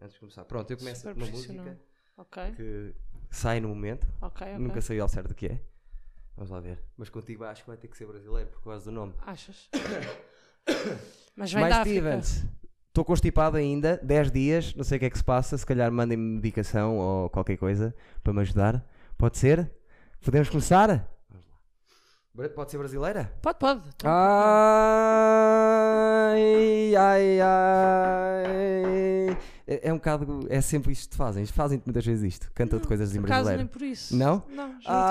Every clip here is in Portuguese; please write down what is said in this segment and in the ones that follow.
Antes de começar. Pronto, eu começo Super com uma profissional. música Ok, que sai no momento. ok, ok. Nunca sei ao certo o que é. Vamos lá ver. Mas contigo acho que vai ter que ser brasileiro por causa do nome. Achas? Mas vem da África. Estou constipado ainda, 10 dias, não sei o que é que se passa. Se calhar mandem-me medicação ou qualquer coisa para me ajudar. Pode ser? Podemos começar? Vamos lá. Bra- Pode ser brasileira? Pode, pode. Então, Ah, Ai, ai, ai. É, é um bocado. É sempre isto que fazem. Fazem-te muitas vezes isto. Canta-te não, coisas em por acaso, brasileiro. nem por isso. Não? Ah. Não, juro-te que não.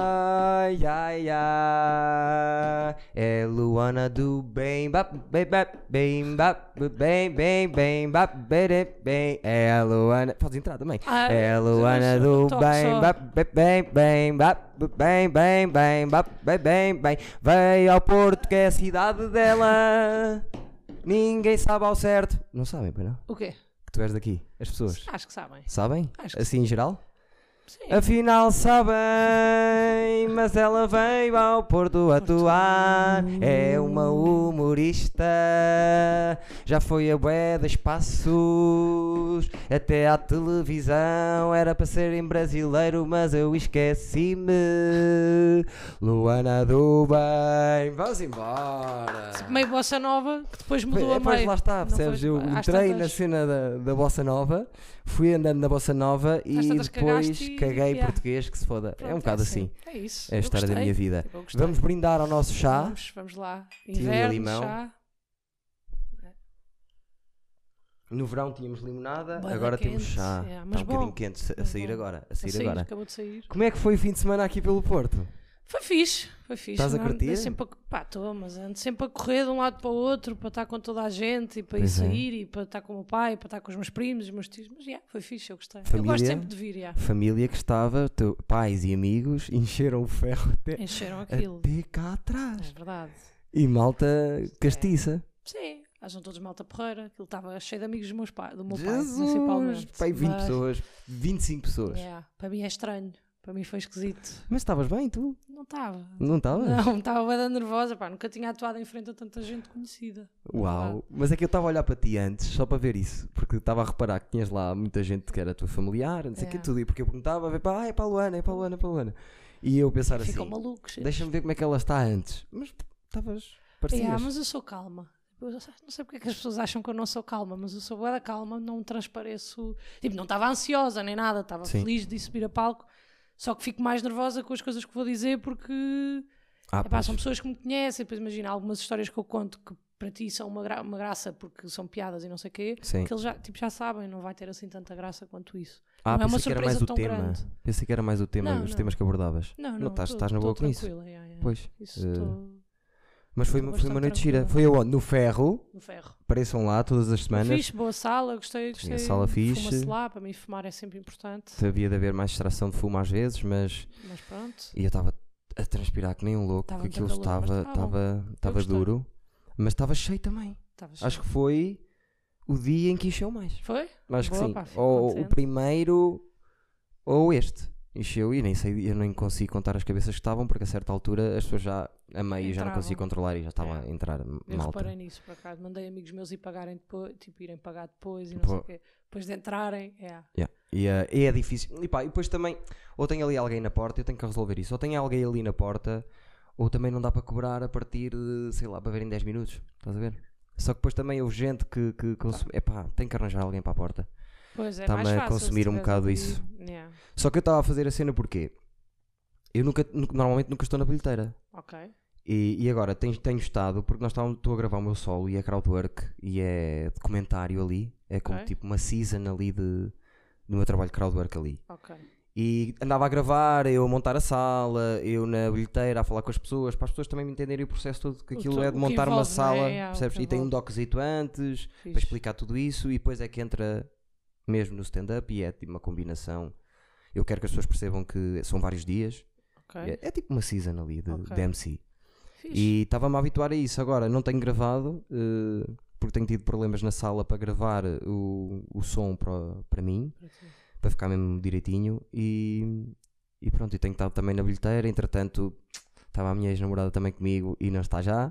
Ai, ai, ai. É Luana do bem, bap, bem, bap, bem, bap, bem, bem, bem, bap, bem, bem. É a Luana. Podes entrar também. Ah, É a Luana mas do toque bem, só. bap, bem, bem, bap, bem, bem, bem, bap, bem, bem, bem. Veio ao Porto que é a cidade dela. Ninguém sabe ao certo. Não sabem, pois não? O quê? Que tu és daqui. As pessoas. Acho que sabem. Sabem? Acho que Assim em geral? Sim. Afinal sabem, mas ela veio ao Porto atuar. É uma humorista, já foi a bué de espaços, até à televisão. Era para ser em brasileiro, mas eu esqueci-me. Luana do Bem, vamos embora. Meio bossa nova, que depois mudou a é, Pois, meio. lá está, Não percebes? foi- Eu às entrei na tantas- cena da, da Bossa Nova, fui andando na Bossa Nova e Às tantas depois cagaste e- caguei yeah. português, que se foda. é Pronto, um bocado assim. É isso. É a Eu história da gostei. minha vida. Eu gostei. Vamos brindar ao nosso chá. Vamos, vamos lá. e Inverno, limão. chá. No verão tínhamos limonada, Bué da agora temos quente, chá. yeah, Está mas um bocadinho bom, quente a mas sair bom. agora. A A sair, sair, agora. Acabou de sair. Como é que foi o fim de semana aqui pelo Porto? Foi fixe, foi fixe. Estás a Não, ando curtir? sempre a- pá, estou, mas ando sempre a correr de um lado para o outro, para estar com toda a gente, e para ir Pois é. sair, e para estar com o meu pai, para estar com os meus primos, os meus tios. Mas, yeah, foi fixe, eu gostei. Eu Família? gosto sempre de vir, yeah. Família que estava, teu- pais e amigos, encheram o ferro até, Encheram aquilo. até cá É atrás. verdade. E malta castiça. Sim, acham todos malta porreira. Aquilo estava cheio de amigos dos meus pa- do meu pai, Jesus! principalmente. Pai, 20 Mas, pessoas, 25 pessoas. yeah, para mim é estranho. Para mim foi esquisito. Mas estavas bem, tu? Não estava. Não estavas? Não, estava bem nervosa, pá. Nunca tinha atuado em frente a tanta gente conhecida. Uau! Mas é que eu estava a olhar para ti antes, só para ver isso, porque eu estava a reparar que tinhas lá muita gente que era tua familiar, não sei o que Yeah. tudo, e porque eu perguntava, a ver, pá, ah, é para a Luana, é para a Luana, é para a Luana. E eu pensar Ficam assim, malucos. deixa-me ver como é que ela está antes. Mas estavas, parecias. Yeah, mas eu sou calma. Eu não sei- não sei porque é que as pessoas acham que eu não sou calma, mas eu sou boa da calma, não transpareço. Tipo, não estava ansiosa nem nada, estava Sim. feliz de ir subir a palco. Só que fico mais nervosa com as coisas que vou dizer porque Ah, epá, pois. são pessoas que me conhecem. Depois imagina algumas histórias que eu conto que para ti são uma, gra- uma graça porque são piadas e não sei o quê, Sim. que eles já, tipo, já sabem, não vai ter assim tanta graça quanto isso. ah, não é uma pensei que era mais surpresa o tão tema. grande. Pensei que era mais o tema, Não, os não. temas que abordavas. Não, não, estás- tô- estás na tô boa com isso. tranquila, yeah, yeah. Pois. Isso eh, estou Mas foi, tô uma- foi bastante uma noite gira. tranquila. Foi aonde? No ferro, no ferro. apareçam lá todas as semanas. Fixe, boa sala, gostei, Sim, gostei. a sala fixe. Fuma-se lá, para mim fumar é sempre importante. Havia de haver mais distração de fumo às vezes, mas Mas pronto. E eu estava a transpirar que nem um louco, Tava porque aquilo muito calor, mas estava, tava bom. estava, estava gostei. duro, mas estava cheio também. Estava Acho que foi o dia em que encheu mais. Foi? Acho que Boa, sim. pá, fico ou o contente. primeiro ou este. Encheu e nem sei, eu nem consigo contar as cabeças que estavam, porque a certa altura as pessoas já a meio já não Entravam. consigo controlar e já estavam É. a entrar Eu malta. reparei nisso, por acaso. Mandei amigos meus ir pagarem depois, tipo, irem pagar depois e não Pô. sei o quê. Depois de entrarem, é. Yeah. E, eh, e é difícil. E pá, e depois também, ou tem ali alguém na porta, eu tenho que resolver isso. Ou tem alguém ali na porta, ou também não dá para cobrar a partir de, sei lá, para ver em 10 minutos. Estás a ver? Só que depois também houve gente que, que consome. É pá, tem que arranjar alguém para a porta. Pois é, Tá-me mais a fácil. se consumir um tiveres bocado ali- isso. Yeah. Só que eu estava a fazer a cena porque eu nunca, nu- normalmente nunca estou na bilheteira. Ok. E, e agora tenho, tenho estado, porque nós estávamos- estou a gravar o meu solo e é crowdwork e é documentário ali. É como Ok. tipo uma season ali de, do meu trabalho de crowdwork ali. Ok. E andava a gravar, eu a montar a sala, eu na bilheteira a falar com as pessoas, para as pessoas também me entenderem o processo todo, que O aquilo to- é o de que montar uma envolve, não é? sala, É, o que percebes? E tem um envolve. doczito antes, Fixe. para explicar tudo isso, e depois é que entra mesmo no stand-up e é tipo uma combinação. Eu quero que as pessoas percebam que são vários dias, Ok. é, é tipo uma season ali de, Ok. de MC. Fixe. E estava-me a habituar a isso agora, não tenho gravado, eh, porque tenho tido problemas na sala para gravar o, o som para, para mim Para ti. para ficar mesmo direitinho e, e pronto, e tenho que estar também na bilheteira, entretanto estava a minha ex-namorada também comigo e não está já,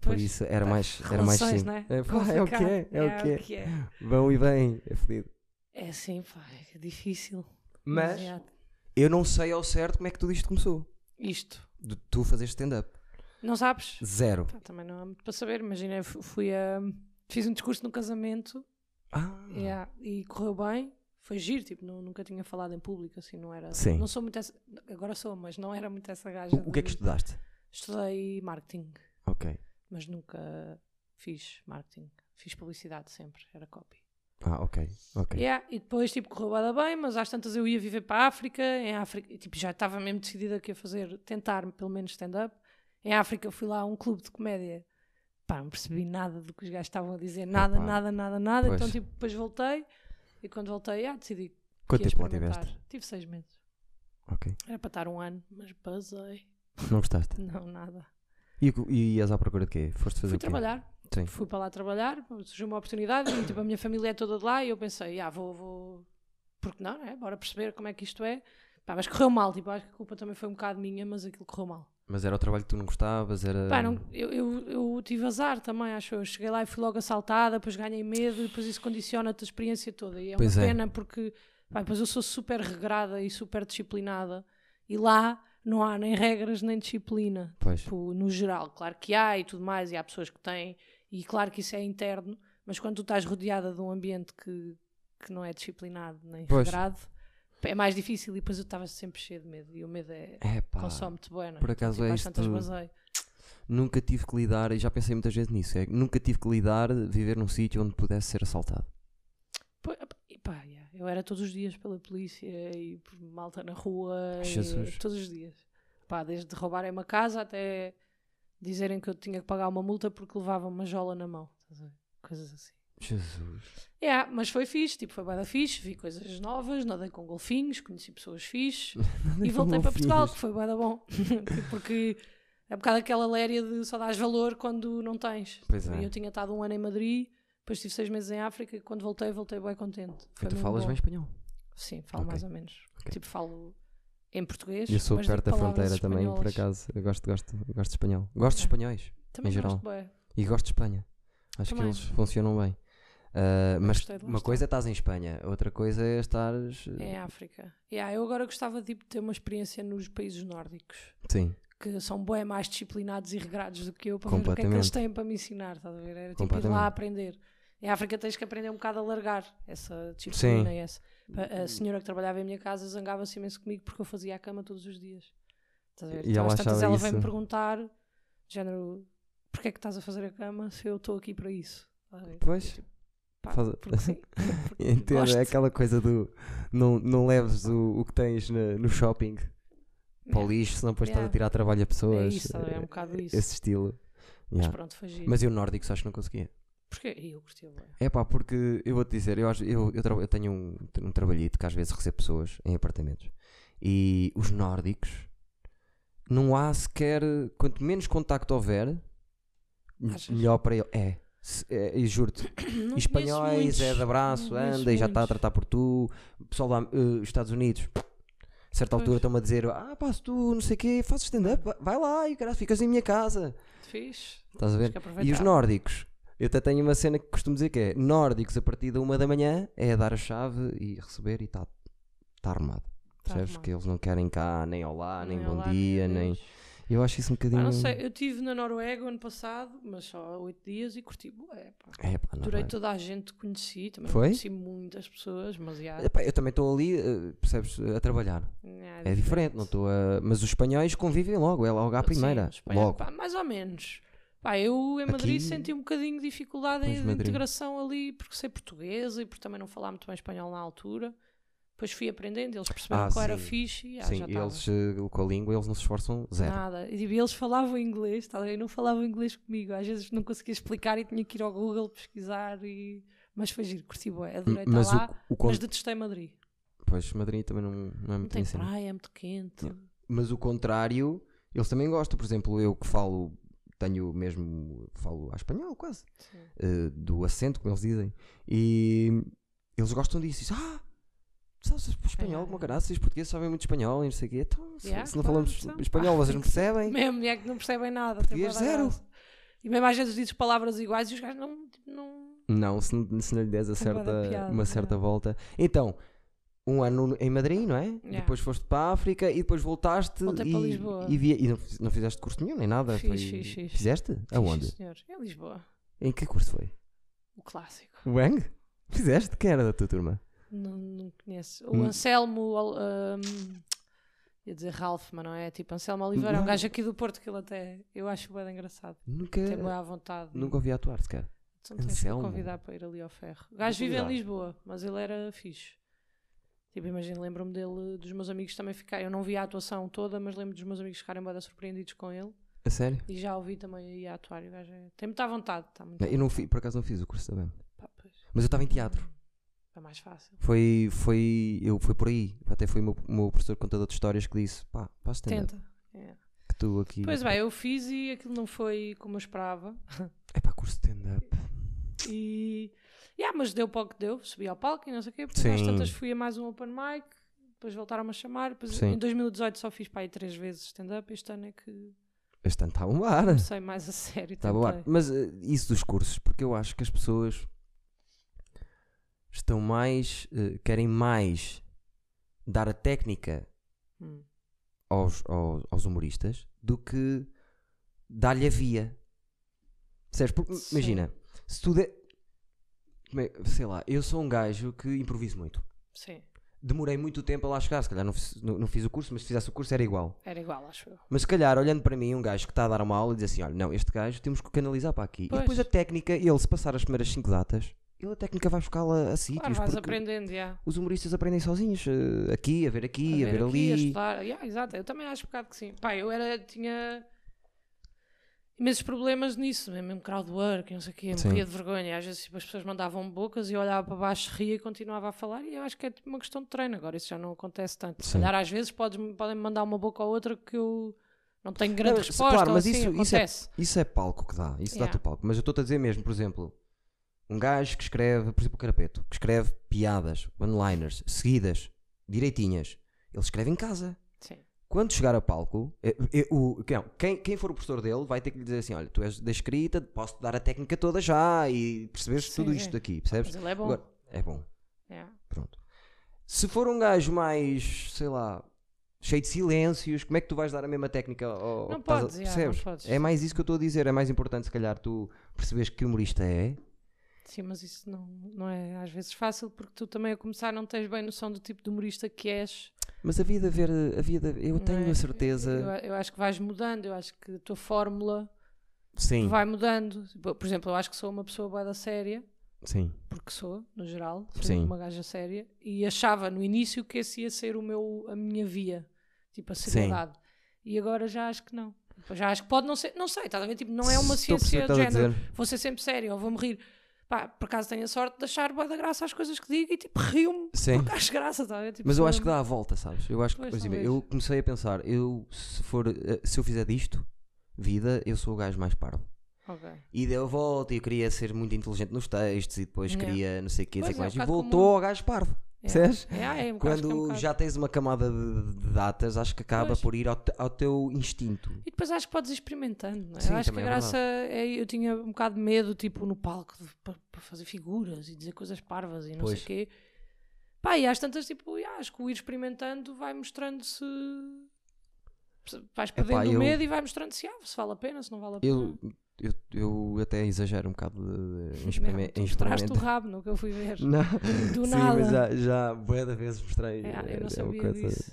Por Pois, isso era tá, mais, era mais Relações, sim. né? É, pá, é o que é, é o que é. é. Vão e vêm, é fedido. É sim, pá, é difícil. Mas é, eu não sei ao certo como é que tudo isto começou. isto. De tu fazer stand-up. Não sabes? Zero. Pá, também não há muito para saber. Imagina, eu fu- fui a. Fiz um discurso no casamento Ah, yeah, e correu bem. Foi giro, tipo, nu- nunca tinha falado em público, assim, não era. Sim. Não sou muito essa. Agora sou, mas não era muito essa gaja. o, o que é que de- estudaste? Estudei marketing, Ok. mas nunca fiz marketing. Fiz publicidade sempre, era copy. Ah, ok. Ok. Yeah, e depois, tipo, correu bué da bem, mas às tantas eu ia viver para a África, em África, e, tipo, já estava mesmo decidida que ia fazer, tentar pelo menos stand-up. Em África fui lá a um clube de comédia, pá, não percebi nada do que os gajos estavam a dizer, nada, Epá. nada, nada, nada. Pois. Então, tipo, depois voltei, e quando voltei, ah, decidi que Quanto ia tempo lá experimentar. tiveste? Tive seis meses. Ok. Era para estar um ano, mas basei. Não gostaste? Não, nada. E, o- e ias à procura de quê? Foste fazer Fui o quê? trabalhar. Sim. Fui para lá trabalhar, surgiu uma oportunidade e tipo, a minha família é toda de lá e eu pensei, ah, vou, vou, porque não, né? Bora perceber como é que isto é. Pá, mas correu mal, tipo, acho que a culpa também foi um bocado minha, mas aquilo correu mal. Mas era o trabalho que tu não gostavas? Era... Pá, não- eu, eu, eu tive azar também, acho eu. Cheguei lá e fui logo assaltada, depois ganhei medo e depois isso condiciona-te a experiência toda. E é Pois uma é. pena porque, pá, depois eu sou super regrada e super disciplinada e lá não há nem regras nem disciplina Pois. tipo, no geral, claro que há e tudo mais, e há pessoas que têm, e claro que isso é interno, mas quando tu estás rodeada de um ambiente que, que não é disciplinado nem Pois. regrado, é mais difícil e depois eu estava sempre cheio de medo, e o medo é É pá. consome-te bué, não é? por acaso Tipo, é às isso tantas tudo. basei. Nunca tive que lidar, e já pensei muitas vezes nisso, é, que nunca tive que lidar, viver num sítio onde pudesse ser assaltado. Pô, e pá, yeah, eu era todos os dias pela polícia e por malta na rua, e- Jesus. todos os dias. Pá, desde roubarem uma casa até dizerem que eu tinha que pagar uma multa porque levava uma jola na mão, estás a ver? coisas assim. Jesus. É, mas foi fixe, tipo, foi bada fixe, vi coisas novas, nadei com golfinhos, conheci pessoas fixe e voltei para Portugal, que foi bada bom. Tipo, Porque é um bocado aquela léria de só dás valor quando não tens. Pois é. E eu tinha estado um ano em Madrid, depois estive seis meses em África e quando voltei, voltei bem contente. Foi tu Então mesmo falas bom. bem espanhol. Sim, falo Ok. mais ou menos. Ok. Tipo, falo em português. Eu sou mas digo perto da palavras fronteira também, por espanholas. acaso. Eu gosto, gosto, gosto de espanhol. Gosto de Ok. espanhóis Também em geral. gosto bué. e gosto de Espanha. Acho que Também. eles funcionam bem. Ah, mas gostei de lá uma estar. coisa é estás em Espanha, outra coisa é estares. É África. Yeah, eu agora gostava tipo, de ter uma experiência nos países nórdicos. Sim, que são bem mais disciplinados e regrados do que eu para ver o que é que Completamente. eles têm para me ensinar, estás a ver? Era tipo ir Completamente. lá aprender. Em África tens que aprender um bocado a largar essa disciplina Sim. e essa. Pa- A senhora que trabalhava em minha casa zangava-se imenso comigo porque eu fazia a cama todos os dias. Estás a ver? E Então, ela às tantas achava ela isso- vem-me perguntar, de género, porquê é que estás a fazer a cama se eu estou aqui para isso? Estás a ver? Pois. Tipo, pá, Faz- porque sim. entendo. Gosto. É aquela coisa do não, não leves o, o que tens na- no shopping para o lixo, senão depois estás a Yeah. tirar trabalho a É pessoas. isso, estás a ver? É um bocado isso. Esse estilo. Mas Yeah. pronto, foi giro. Mas eu nórdicos acho que não conseguia. Porquê? E eu curti bué. É pá, porque eu vou-te dizer, eu, às- eu, eu, tra- eu tenho um, tenho um trabalhito que às vezes recebo pessoas em apartamentos e os nórdicos não há sequer, quanto menos contacto houver, Achas? melhor para ele. É, se- é e juro-te, Não espanhóis, conheço é de abraço, não conheço anda e já está a muitos. tratar por tu. Pessoal lá, eh, Estados Unidos, a certa Pois. altura estão-me a dizer: Ah, pá, se tu não sei o quê, fazes stand-up, vai- vai lá e caralho, ficas em minha casa. muitos. Fixe. Estás a ver? Tens que E os aproveitar. nórdicos? Eu até tenho uma cena que costumo dizer que é nórdicos a partir da uma da manhã é dar a chave e receber e está tá armado. Tá Percebes armado. que eles não querem cá nem olá, Ah, nem, Nem bom olá, nem dia, nem. adeus. Eu acho isso um Pá, bocadinho. Ah, não sei, eu estive na Noruega o ano passado, mas só oito dias e curti bué, pá. É, pá, não Adorei vai. toda a gente que conheci, também Foi? não conheci muitas pessoas, mas já, É, pá, eu também estou ali, eh, percebes, a trabalhar. já É diferente, não estou a. Mas os espanhóis convivem logo, é logo à Sim, primeira. Espanha, logo. pá, mais ou menos. Pá, eu em Madrid Aqui- senti um bocadinho de dificuldade Pois, em de Madrid. integração ali, porque sei portuguesa e porque também não falava muito bem espanhol na altura. Depois fui aprendendo, eles perceberam Ah, que eu era sim. fixe e ah, Sim, já estava. eles eh, com a língua eles não se esforçam zero. Nada. E tipo, eles falavam inglês, tá? eu não falavam inglês comigo. Às vezes não conseguia explicar e tinha que ir ao Google pesquisar. E... Mas foi giro, curti bué, adorei mas estar lá. o, o con- Mas detestei Madrid. Pois, Madrid também não, não é Não muito tem minha cena. praia, é muito quente. mas o contrário, eles também gostam. Por exemplo, eu que falo, tenho mesmo, falo a espanhol quase, Sim. eh, do acento, como eles dizem, e eles gostam disso. Dizem, ah, sabes espanhol, É. como caraças, os portugueses sabem muito espanhol e não sei o quê. Então, se, Yeah, se não claro, falamos então. espanhol, vocês não percebem? Mesmo, e é que não percebem nada. Português tem bué da zero. graça. E mesmo às vezes dizes palavras iguais e os gajos não. tipo, não... Não, se, n- se não lhe des a Tem bué da certa, piada, uma certa não. volta. Então, um ano em Madrid, não é? Depois foste para a África e depois voltaste Voltei e, para Lisboa. e, via- e não, fiz- não fizeste curso nenhum, nem nada. Fiz, foi- fiz, fiz. Fizeste? Aonde? Sim, senhor. Em Lisboa. Em que curso foi? O clássico. Wang? Fizeste? Quem era da tua turma? Não, não conheço. O Hum. Anselmo. al- ahm, ia dizer Ralph, mas não é? Tipo, Anselmo Oliveira é um Não. gajo aqui do Porto que ele até. Eu acho bem engraçado. Nunca, Tem bem à vontade. nunca ouvi atuar sequer. Então tens que Anselmo. o convidar para ir ali ao ferro. O gajo Vou vive em convidar. Lisboa, mas ele era fixe. Tipo, imagina, lembro-me dele, dos meus amigos também ficar. Eu não vi a atuação toda, mas lembro dos meus amigos ficarem bem surpreendidos com ele. A sério? E já ouvi também aí a atuar. E o gajo é- tem muita vontade. Está muito. Não, Eu não fi- por acaso não fiz o curso também. Pá, pois, Mas eu estava em teatro. é mais fácil. Foi, foi, eu, foi por aí. Até foi o meu, o meu professor contador de histórias que disse: pá, faz stand-up. Tenta. É. Que tu aqui. Pois bem, eu fiz e aquilo não foi como eu esperava. É pá, curso de stand-up. E. Yeah, mas deu para o que deu, subi ao palco e não sei o quê. Porque Sim. às tantas fui a mais um open mic, depois voltaram-me a chamar. Depois, Sim. em 2018 só fiz para aí três vezes stand-up. Este ano é que Este ano está a bombar. comecei mais a sério. Está a bombar. tentei. Mas eh, isso dos cursos, porque eu acho que as pessoas estão mais. eh, querem mais dar a técnica Hum. aos, aos, aos humoristas do que dar-lhe a via. Percebes? Porque, Sim. imagina, se tu. De... como é- Sei lá, eu sou um gajo que improviso muito. Sim, Demorei muito tempo a lá chegar. Se calhar não fiz, não, não fiz o curso, mas se fizesse o curso era igual. era igual, acho eu. Mas se calhar, olhando para mim, um gajo que está a dar uma aula e diz assim: olha, não, este gajo temos que canalizar para aqui. Pois. E depois a técnica, ele se passar as primeiras 5 datas, ele a técnica vai buscá-la a sítios. Claro, vais porque aprendendo, já. Os humoristas aprendem sozinhos, eh, aqui, a ver aqui, a ver, ver aqui, ali. a estudar. Yeah, exato, eu também acho um bocado que sim. Pá, eu era, tinha imensos problemas nisso, né? mesmo crowdwork, e não sei o quê, Sim. morria de vergonha. Às vezes tipo, as pessoas mandavam bocas e eu olhava para baixo, ria e continuava a falar, e eu acho que é tipo, uma questão de treino. Agora isso já não acontece tanto. Se Sim. calhar às vezes podes, podem-me mandar uma boca ou outra que eu não tenho grande Não, mas, resposta, claro, ou mas assim, isso- isso é- acontece. Isso é palco que dá, isso Yeah. dá-te o palco. Mas eu estou-te a dizer mesmo, por exemplo, um gajo que escreve, por exemplo, o Carapeto, que escreve piadas, one-liners, seguidas, direitinhas, ele escreve em casa. Sim. Quando chegar a palco, eh, eh, o, quem- quem, quem for o professor dele vai ter que lhe dizer assim: olha, tu és da escrita, posso-te dar a técnica toda já e percebes Sim, tudo sim. isto aqui, percebes? Mas ele é bom. Agora, é bom, Yeah. pronto. Se for um gajo mais, sei lá, cheio de silêncios, como é que tu vais dar a mesma técnica? ao- Não estás a- podes, yeah, não percebes? podes. É mais isso que eu estou a dizer, é mais importante se calhar tu percebes que humorista é. Sim, mas isso não, não é às vezes fácil porque tu também a começar não tens bem noção do tipo de humorista que és. Mas havia de haver, havia de, eu Não tenho é? a certeza. Eu, eu acho que vais mudando, eu acho que a tua fórmula Sim, vai mudando. Tipo, Por exemplo, eu acho que sou uma pessoa bué da séria, sim. porque sou, no geral, sou Sim. uma gaja séria, e achava no início que esse ia ser o meu, a minha via, tipo a Sim. seriedade. E agora já acho que não. Tipo, Já acho que pode não ser, não sei, estás a ver? Tipo, não é uma Estou a perceber ciência de o que estás a género, dizer. vou ser sempre séria ou vou morrer. Pá, por acaso tenho a sorte de achar bué da graça às coisas que digo e tipo, rio-me, Sim. porque acho graça, estás a ver? Tipo, Mas eu sou- acho que dá a volta, sabes? Eu acho que, Pois, por exemplo, talvez. eu comecei a pensar, eu se for, eh, se eu fizer disto, vida, eu sou o gajo mais parvo. Ok. E deu a volta, e eu queria ser muito inteligente nos textos e depois Yeah. queria não sei o que, não sei o Pois, que mais. é um e bocado voltou como- ao gajo parvo. É. Percebes? É, é, um bocado- acho que é um Quando bocado- já tens uma camada de, de datas, acho que acaba Pois. por ir ao, te- ao teu instinto. E depois acho que podes ir experimentando. Não é? Sim, eu acho que a também é graça é. Eu tinha um bocado de medo, tipo, no palco, de- para para fazer figuras e dizer coisas parvas e não Pois. sei o quê. Pá, e às tantas, tipo, e acho que o ir experimentando vai mostrando-se. se- Vais perdendo o eu- medo e vai mostrando se, ah, se vale a pena, se não vale a pena. Eu, eu, eu até exagero um bocado de- de- em Uhum. Não, experime- tu em tipo, mostraste o experimento. rabo no que eu fui ver. Não, Do sim, nada. mas já, já bué da vez mostrei. É, eu não é uma sabia disso.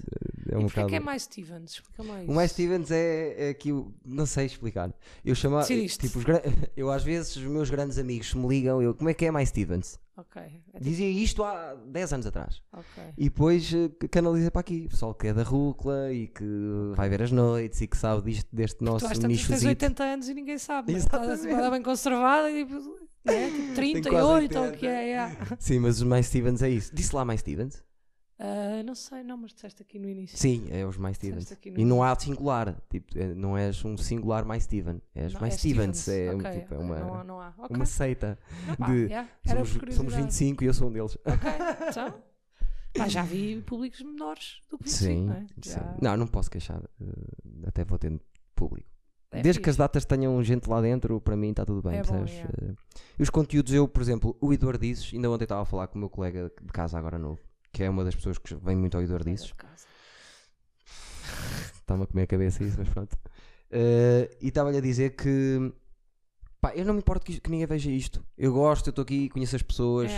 É e um porquê é bocado... que é mais Stevens? Explica-me lá O mais isso. Stevens é, é que eu não sei explicar. Eu chamava Decidiste. tipo, os gran- eu às vezes os meus grandes amigos me ligam, eu como é que é mais Stevens? Ok, é tipo- Dizia isto há 10 anos atrás. ok. E depois eh, c- canaliza para aqui. O pessoal que é da rúcula e que vai ver as noites e que sabe disto, deste Tu nosso às tantas tens nichozito. 80 anos e ninguém sabe. não é? Estás Exatamente. assim, bué da bem conservada e tipo, né? Tenho quase tipo 38 ou o 80. que é. é. Sim, mas os mais Stevens é isso. Disse lá mais Stevens? Ah, não sei, não, mas disseste aqui no início. Sim, é os mais Disseste Stevens. aqui no E não há singular. Tipo, eh, não és um singular mais Steven. És Não, mais é Stevens. É, um- Ok, tipo, é ok, uma, Não, há- não há. Ok. uma seita. Não, pá, de- yeah, Era por Somos, somos curiosidade. 25 e eu sou um deles. Ok, então. Pá, já vi públicos menores do que 25, Sim, não é? sim. Já- Não, não posso queixar. eh, Até vou tendo público. É Desde que as fixe. datas tenham gente lá dentro, para mim está tudo bem, É bom, percebes? Eh, e Os conteúdos, eu, por exemplo, o Eduardices, ainda ontem estava a falar com o meu colega de casa agora novo, que é uma das pessoas que vem muito ao é? Eduardices, está-me a comer a cabeça isso, mas pronto. Eh, e estava-lhe a dizer que pá, eu não me importo que, isto- que ninguém veja isto. Eu gosto, eu estou aqui, conheço as pessoas, É.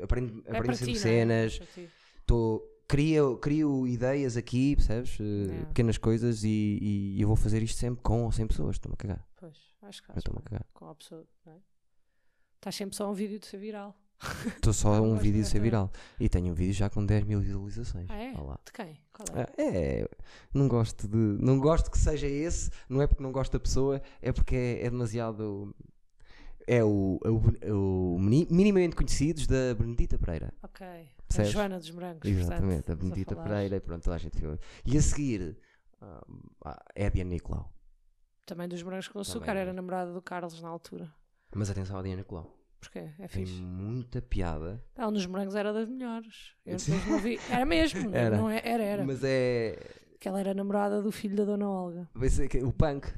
eh, aprendo, É para aprendo sempre ti, não é? cenas, Para ti. tô, crio, crio ideias aqui, percebes? Eh, Yeah. Pequenas coisas e, e eu vou fazer isto sempre com ou sem pessoas, estou-me a cagar. Pois, acho que Eu faz estou-me a bem. cagar. com a pessoa, não é? Estás sempre só a um vídeo de ser viral. Estou só a Eu um gosto vídeo de ser dessa. viral. E tenho um vídeo já com 10 mil visualizações. é Ah, é? Olha lá. De quem? Qual é? Ah, É, não gosto de. Não gosto que seja esse, não é porque não gosto da pessoa, é porque é, é demasiado. É o, é o, é o mini- minimamente conhecidos da Benedita Pereira. Ok. A Percebes? Joana dos Brancos. Exatamente, portanto, a estás Benedita falar. Pereira, e pronto, toda a gente ficou. E a seguir, ah, ah, é a Diana Nicolau. Também dos Brancos com Também. Açúcar, era namorada do Carlos na altura. Mas atenção à Diana Nicolau, Porquê? É tem fixe. muita piada, Ah, um dos morangos era das melhores. Eu Sim. depois não vi. Era mesmo. não- Era. Não é- era, era. mas é. Que ela era namorada do filho da Dona Olga. vai ser que- O punk.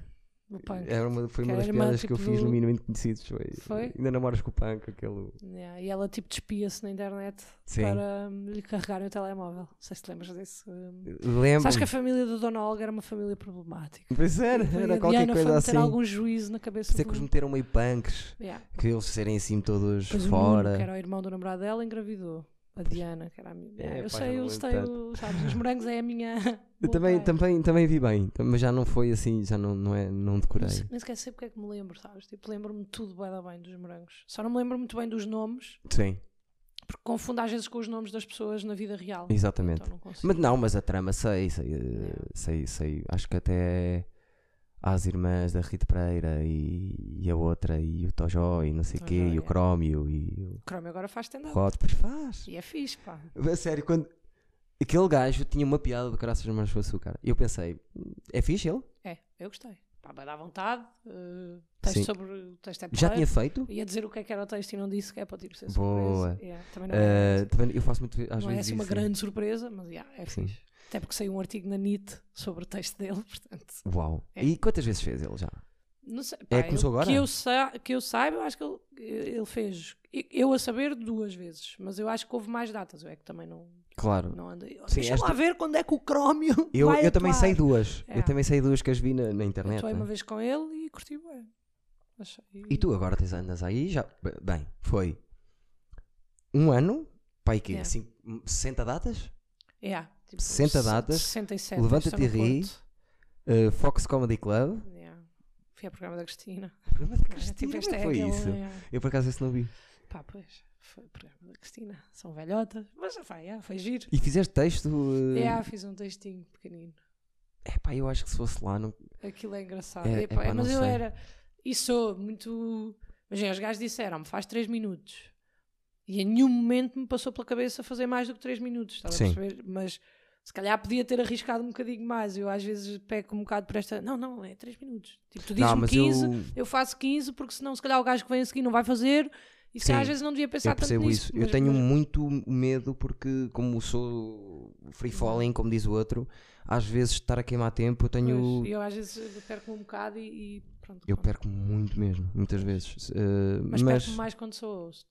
Do punk. Era uma, foi que uma era das irmã, piadas que eu tipo, fiz do- no Minimamente Conhecidos. Foi, Foi? Ainda namoras com o punk, aquele. Yeah, E ela tipo despia-se na internet Sim. para hum, lhe carregarem o telemóvel. Não sei se te lembras disso. hum. Lembro. Sabes que a família da Dona Olga era uma família problemática. Pois era, E era a qualquer Diana coisa foi assim. meter algum tipo juízo na Por cabeça isso é do... que os meteram meio punks, Yeah. que eles serem assim todos Depois o Nuno, que fora. era o irmão do namorado dela, engravidou. A Diana, que era a minha. É, eu pá, sei, já não eu lembro sei, o- sabes, os morangos é a minha. Eu boa também, praia. também, também vi bem, tam- mas já não foi assim, já não, não, é, não Não decorei. sei- Nem sequer sei porque é que me lembro, sabes? Tipo, lembro-me tudo bem, bem dos morangos. Só não me lembro muito bem dos nomes, Sim, porque confundo às vezes com os nomes das pessoas na vida real. exatamente. Então não consigo. Mas não, mas a trama sei, sei, eh, Yeah. sei, sei. Acho que até às irmãs da Rita Pereira e, e a outra, e o Tojó, e não sei o Tojó, quê, e o yeah. Crómio, e o O Chrome agora faz stand-up. Rod, pois faz. E é fixe, pá. A sério, quando. Aquele gajo tinha uma piada do Caraças Manos com Açúcar. E eu pensei, é fixe ele? É, eu gostei. Pá, vai dar vontade. eh, texto Sim. sobre. O texto é Já porreiro. tinha feito? Ia dizer o que é que era o texto e não disse, que é para o tipo ser Boa. surpresa. Yeah, também não é, Ah, também eu faço muito às não é vezes assim uma isso. grande surpresa, mas yeah, é Sim. fixe. Até porque saiu um artigo na NIT sobre o texto dele, portanto. Uau. É. E quantas vezes fez ele já? Não sei, pá, que É começou eu- agora? Que eu, sa que eu saiba, eu acho que ele, ele fez. e- Eu a saber duas vezes, mas eu acho que houve mais datas. Eu é que também não, Claro. não andei. Sim, Deixa lá esta- ver quando é que o Crómio. Eu, vai eu também atuar. sei duas. É. Eu também sei duas que as vi na, na Eu internet. atuei uma né? vez com ele e curti bem. Achei... E tu agora tens, andas aí já. b- Bem, foi um ano, pai que É. 60 Assim, datas? Yeah, tipo, 60 datas, 67, Levanta-te isto é no e ri. Porto. Uh, Fox Comedy Club. Yeah. Fui ao programa da Cristina. Programa de não é? Tipo, Cristina, este é foi aquele, isso? é. Eu por acaso esse não vi. Pá, pois, foi o programa da Cristina. São velhotas. Mas foi, yeah, foi giro. E fizeste texto. Uh... Yeah, fiz um textinho pequenino. É. Epá, eu acho que se fosse lá. Não... Aquilo é engraçado. É, Epá, epá, não mas eu sei. era. E sou muito. Imagina, os gajos disseram-me, faz 3 minutos. E em nenhum momento me passou pela cabeça fazer mais do que 3 minutos, estás a Sim. perceber? Mas se calhar podia ter arriscado um bocadinho mais. Eu às vezes pego um bocado por esta. Não, não, é 3 minutos. Tipo, tu Não, dizes-me mas 15, eu... eu. faço 15, porque senão se calhar o gajo que vem a seguir não vai fazer. E se Sim, calhar às vezes não devia pensar eu percebo tanto nisso. isso. mas- eu tenho mas- muito medo porque, como sou free falling, como diz o outro, às vezes estar a queimar tempo, eu tenho. Pois, eu às vezes perco um bocado e, e pronto. Eu pronto. perco muito mesmo, muitas vezes. Eh, Mas, mas perco mais quando sou host.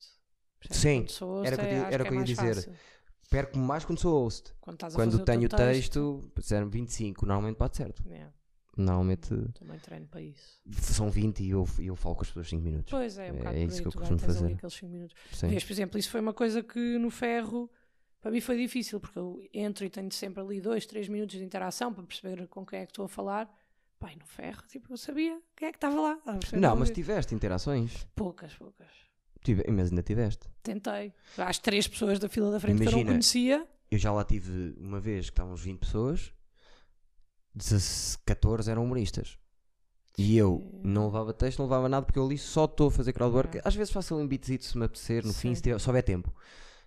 Percebes? Sim, Quando sou host era o que eu é- ia- acho era o é que eu ia mais dizer. fácil. perco mais quando sou host. Quando, estás a Quando fazer tenho o teu texto. texto, é disseram 25, normalmente bate certo. Yeah, Normalmente também treino para isso. são 20 e eu, e eu falo com as pessoas 5 minutos. Pois é, um É bocado isso que por aí, eu tu costumo aguentas ali fazer. aqueles 5 minutos. Sim. Vês, por exemplo, isso foi uma coisa que no ferro para mim foi difícil, porque eu entro e tenho sempre ali 2, 3 minutos de interação para perceber com quem é que estou a falar. Pai, no ferro, tipo, eu sabia quem é que estava lá. estás a perceber? Não, mas tipo, havia- tiveste interações. Poucas, poucas. Tive, mas ainda tiveste. Tentei. Às três pessoas da fila da frente que eu não Imagina. conhecia. Eu já lá tive uma vez que estavam uns 20 pessoas, 16 14 eram humoristas. E eu não levava texto, não levava nada, porque eu ali só estou a fazer crowdwork. Ok. Às vezes faço um beatzito se me apetecer, no fim, Sim. se, tiver, se houver tempo.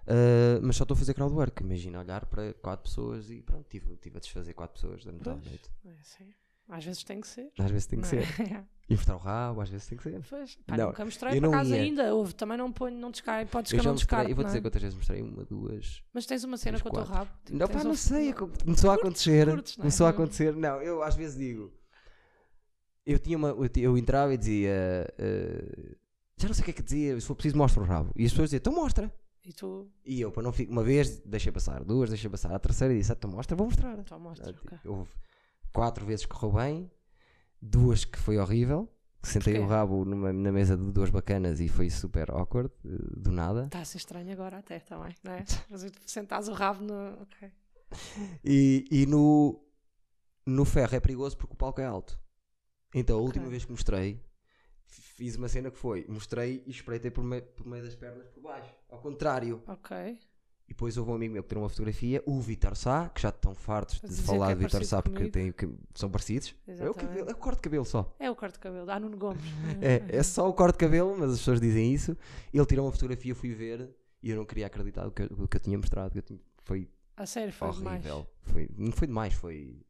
Ah, mas só estou a fazer crowdwork. Imagina olhar para quatro pessoas e pronto, tive, tive a desfazer quatro pessoas da metade da Pois. noite. É assim. Às vezes tem que ser. Às vezes tem que não é? ser. E mostrar o rabo, às vezes tem que ser. Pois, pá, Não, nunca mostrei eu por não acaso ia. ainda. Houve, também não ponho, não descargo, podes que eu eu já não mostrei, descargo. eu vou dizer não é? quantas vezes mostrei, uma, duas. Mas tens uma cena três, com o teu quatro. rabo. tipo, não, pá, tens não um- sei, é que começou a acontecer. curtes, não é? Começou a Não- acontecer. Não, eu às vezes digo. Eu, tinha uma, eu, ti- eu entrava e dizia. eh, já não sei o que é que dizia, se for preciso, mostra o rabo. E as pessoas diziam, então mostra. E tu, E eu, para não ficar. Uma vez deixei passar, duas deixei passar, a terceira disse, ah, então mostra, vou mostrar. tipo, tu mostras, ok. Houve quatro vezes que correu bem, duas que foi horrível, que sentei Porquê? o rabo numa- na mesa de duas bacanas e foi super awkward, eh, do nada. Está a ser estranho agora até também, não é? Mas tu sentares o rabo no... Ok. E, e no, no ferro é perigoso porque o palco é alto. Então, a última Ok. vez que mostrei, fiz uma cena que foi: mostrei e espreitei por, meio- por meio das pernas por baixo, ao contrário. Ok. E depois houve um amigo meu que tirou uma fotografia, o Vitor Sá, que já estão fartos A de dizer falar que é de Vitor Sá porque parecido tem, que são parecidos. É o Exatamente. cabelo, é o corte de cabelo só. É o corte de cabelo. Ah, Nuno Gomes. É, é só o corte de cabelo, mas as pessoas dizem isso. Ele tirou uma fotografia, eu fui ver e eu não queria acreditar o que, eu- o que eu tinha mostrado. que eu tinha- foi, A sério, foi demais. horrível. Foi, não foi demais, foi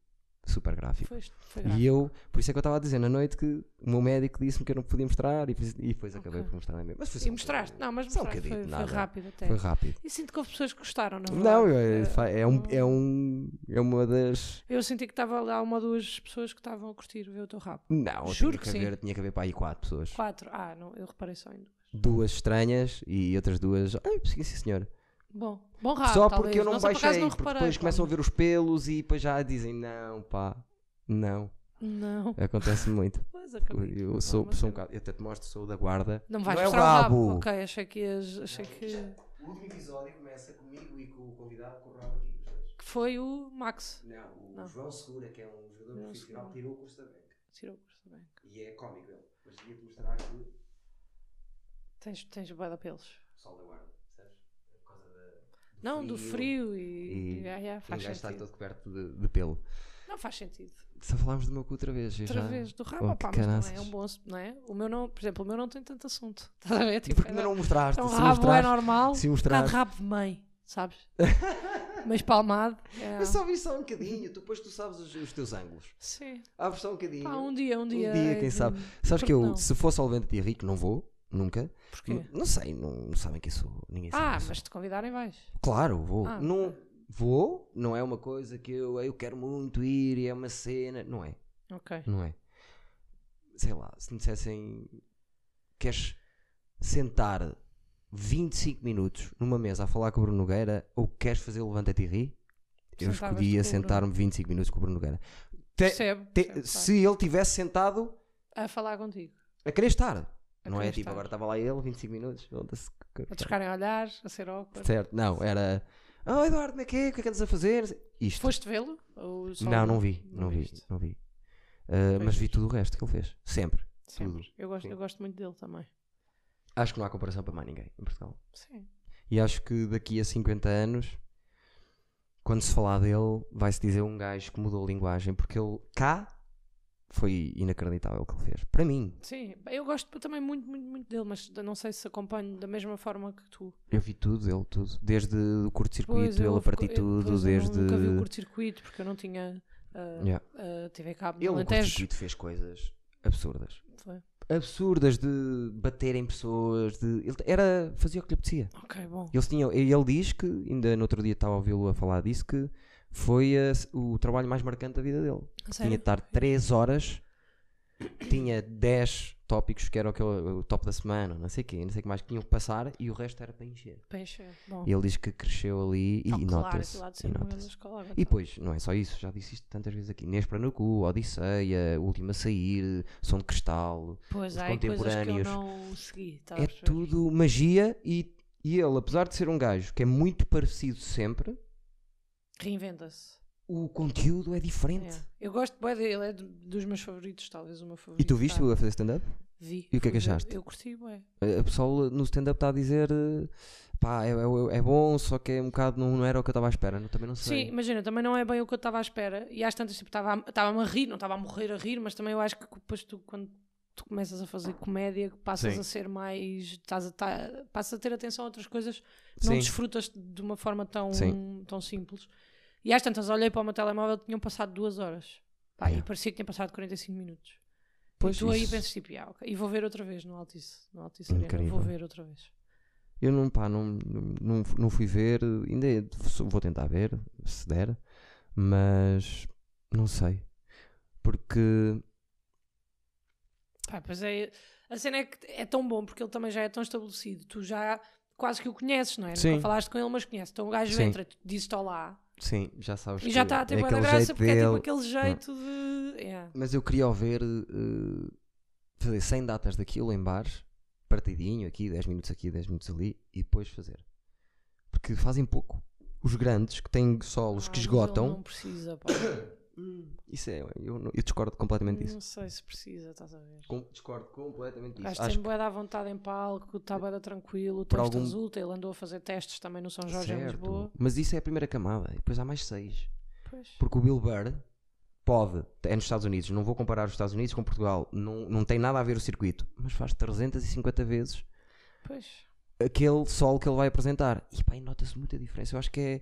super gráfico. Foi, foi grave. E eu, por isso é que eu estava a dizer na noite que o meu médico disse-me que eu não podia mostrar e, fiz- e depois acabei Ok. por mostrar na mesma. Mas foi só E um mostraste? Não, mas Só um mostraste. foi, bocadinho, foi nada. rápido até. bocadinho. Foi rápido. E sinto que houve pessoas que gostaram, não é? Não, verdade? é, Eh, fa- é um, é, um, é uma das. Eu senti que estava lá uma ou duas pessoas que estavam a curtir ver o teu rabo. Não, tinha Juro que que, sim. haver, tinha que haver para aí quatro pessoas. Quatro. Ah, não, eu reparei só em duas. Duas estranhas e outras duas. Ah, sim, sim, senhor. Bom, bom rabo. Só Ah, talvez. porque eu não, não sei, por acaso baixei, não porque reparei, depois pá, começam a ver os pelos e depois já dizem, não, pá, não, Não. acontece muito. Pois, acabei de Eu falar sou, uma sou um cena. bocado, eu até te mostro, sou da guarda. Não vais é o mostrar rabo. Ok, achei que ias- achei que, O último episódio começa comigo e com o convidado com o rabo aqui. que foi o Max. Não, o Não. João Segura, que é um jogador João profissional, Segura. tirou o curso da beca. Tirou o curso bem. E é cómico ele. Mas ia-te mostrar que Tens, tens bué de pelos. sol da guarda, percebes? Por causa da... Não, do frio e. E- e- ah, yeah, O faz gajo está sentido. todo coberto de, de pelo. Não faz sentido. Só falámos do meu cu outra vez. eu Outra já- vez, do Oh, rabo, que pá, mas também caraças. é um bom. ass- Não é? O meu não, por exemplo, o meu não tem tanto assunto. Estás a ver? E Tipo, porque é ainda da- não mostraste? Então, se rabo é mostraste, normal. se Um bocado mostraste. rabo de mãe, sabes? Mas palmado. é. Eu só vi só um bocadinho, tu depois tu sabes os, os teus ângulos. Sim. Abre só um bocadinho. Pá, um dia, um dia. dia, é quem de- sabe. Sabes que eu, Porque não? se fosse ao evento de rico, não vou, nunca. Porquê? Não sei, não, não sabem que sou. Ninguém sabe. Ah, quem sou. mas te convidarem vais. Claro, vou. Ah, não, vou, não é uma coisa que eu, eu quero muito ir e é uma cena. Não é, Ok. não é. Sei lá, se me dissessem, queres sentar 25 minutos numa mesa a falar com o Bruno Nogueira ou queres fazer levanta-te e ri? Eu Sentavas-te com escolhia o Bruno. sentar-me 25 minutos com o Bruno Nogueira. Te- Percebo. Te- percebo, claro. se ele tivesse sentado A falar contigo. a querer estar. A não é querer tipo, estar. agora estava lá ele, 25 minutos, foda-se. A trocarem olhares, a ser awkward. Certo, não, era. Ah, Eduardo, como é que é? O que é que andas a fazer? Isto. Foste vê-lo? Ou só- não, não vi, não, vi, viste? não vi. Ah, Pois mas vi viste. tudo o resto que ele fez. Sempre. Sempre. Eu gosto, Sim. eu gosto muito dele também. Acho que não há comparação para mais ninguém em Portugal. Sim. E acho que daqui a 50 anos, quando se falar dele, vai-se dizer um gajo que mudou a linguagem, porque ele cá foi inacreditável o que ele fez. Para mim, Sim. Bem, Eu gosto também muito, muito, muito dele, mas não sei se acompanho da mesma forma que tu. eu vi tudo, ele tudo. Desde o Pois, curto-circuito, eu ele a partir eu- tudo, pois, eu desde. Nunca vi o curto-circuito porque eu não tinha ah, Yeah. ah, TV Cabo Ele é um no no Alentejo. curto-circuito fez coisas absurdas. Foi. Absurdas de bater em pessoas, de... ele era... fazia o que lhe apetecia. Ok, bom. Ele, tinha... ele diz que, ainda no outro dia estava a ouvi-lo a falar disso, que foi a- o trabalho mais marcante da vida dele. Tinha A de sério? estar 3 horas, tinha 10 tópicos, que era o, que ele- o top da semana, não sei o quê, não sei o que mais, que tinham que passar e o resto era para encher. Peixe, é bom. E ele diz que cresceu ali e Ah, claro, nota-se. aquilo há de e ser uma nota-se. grande escola. agora E tá. depois, não é só isso, já disse isto tantas vezes aqui. Inês para no cu, Odisseia, Última a Sair, Som de Cristal. Pois os há aí coisas que eu contemporâneos. não segui. tá a é perceber? tudo magia e, e ele, apesar de ser um gajo que é muito parecido sempre, Reinventa-se. o conteúdo é diferente. É. Eu gosto bem dele, ele é do- dos meus favoritos, talvez o meu favorito. E tu viste-o tá? a fazer stand-up? Vi. e o que é que fui ver. achaste? Eu curti, bué. A pessoa no stand-up está a dizer eh, pá, é, é- é bom, só que é um bocado, não, não era o que eu estava à espera, não, também não Sim, sei. imagina, também não é bem o que eu estava à espera. E às tantas, tipo, estava a- estava-me a rir, não estava a morrer a rir, mas também eu acho que depois tu, quando tu começas a fazer comédia, passas Sim. a ser mais. Estás a, tá- passas a ter atenção a outras coisas, não Sim. desfrutas de uma forma tão, Sim. tão simples. E às tantas, olhei para o meu telemóvel, tinham passado duas horas. Pá, E Yeah. parecia que tinha passado 45 minutos. Pois, e tu aí isso. pensas, tipo, "Ah, ok." e vou ver outra vez no Altice. No Altice Arena, Incrível. vou ver outra vez. Eu não, pá, não, não, não fui ver, ainda é, vou tentar ver, se der, mas não sei. Porque Pá, pois é, a cena é que é tão bom porque ele também já é tão estabelecido. Tu já quase que o conheces, não é? Sim. Nunca falaste com ele, mas conheces. Então o gajo Sim. entra, dizes-te olá Sim, já sabes. e já que está a ter é bué da aquele graça jeito porque é tipo dele. Ah. aquele jeito de. Yeah. Mas eu queria o ver eh, fazer 100 datas daquilo em bares, partidinho aqui, 10 minutos aqui, 10 minutos ali, e depois fazer. Porque fazem pouco. Os grandes que têm solos Ah, que mas ele esgotam. Não precisa, pá. Isso é, eu, não- eu discordo completamente disso. não sei se precisa, estás a ver. Com- discordo completamente O disso. gajo Acho tem bué da vontade em palco, está bué da tranquilo, o Por teste algum- resulta, ele andou a fazer testes também no São que Jorge em Lisboa. certo. Mas isso é a primeira camada. E depois há mais 6. Pois. Porque o Bill Burr pode, é nos Estados Unidos, não vou comparar os Estados Unidos com Portugal, não, não tem nada a ver o circuito, mas faz 350 vezes Pois. aquele sol que ele vai apresentar. E pá, e nota-se muita diferença. Eu acho que é.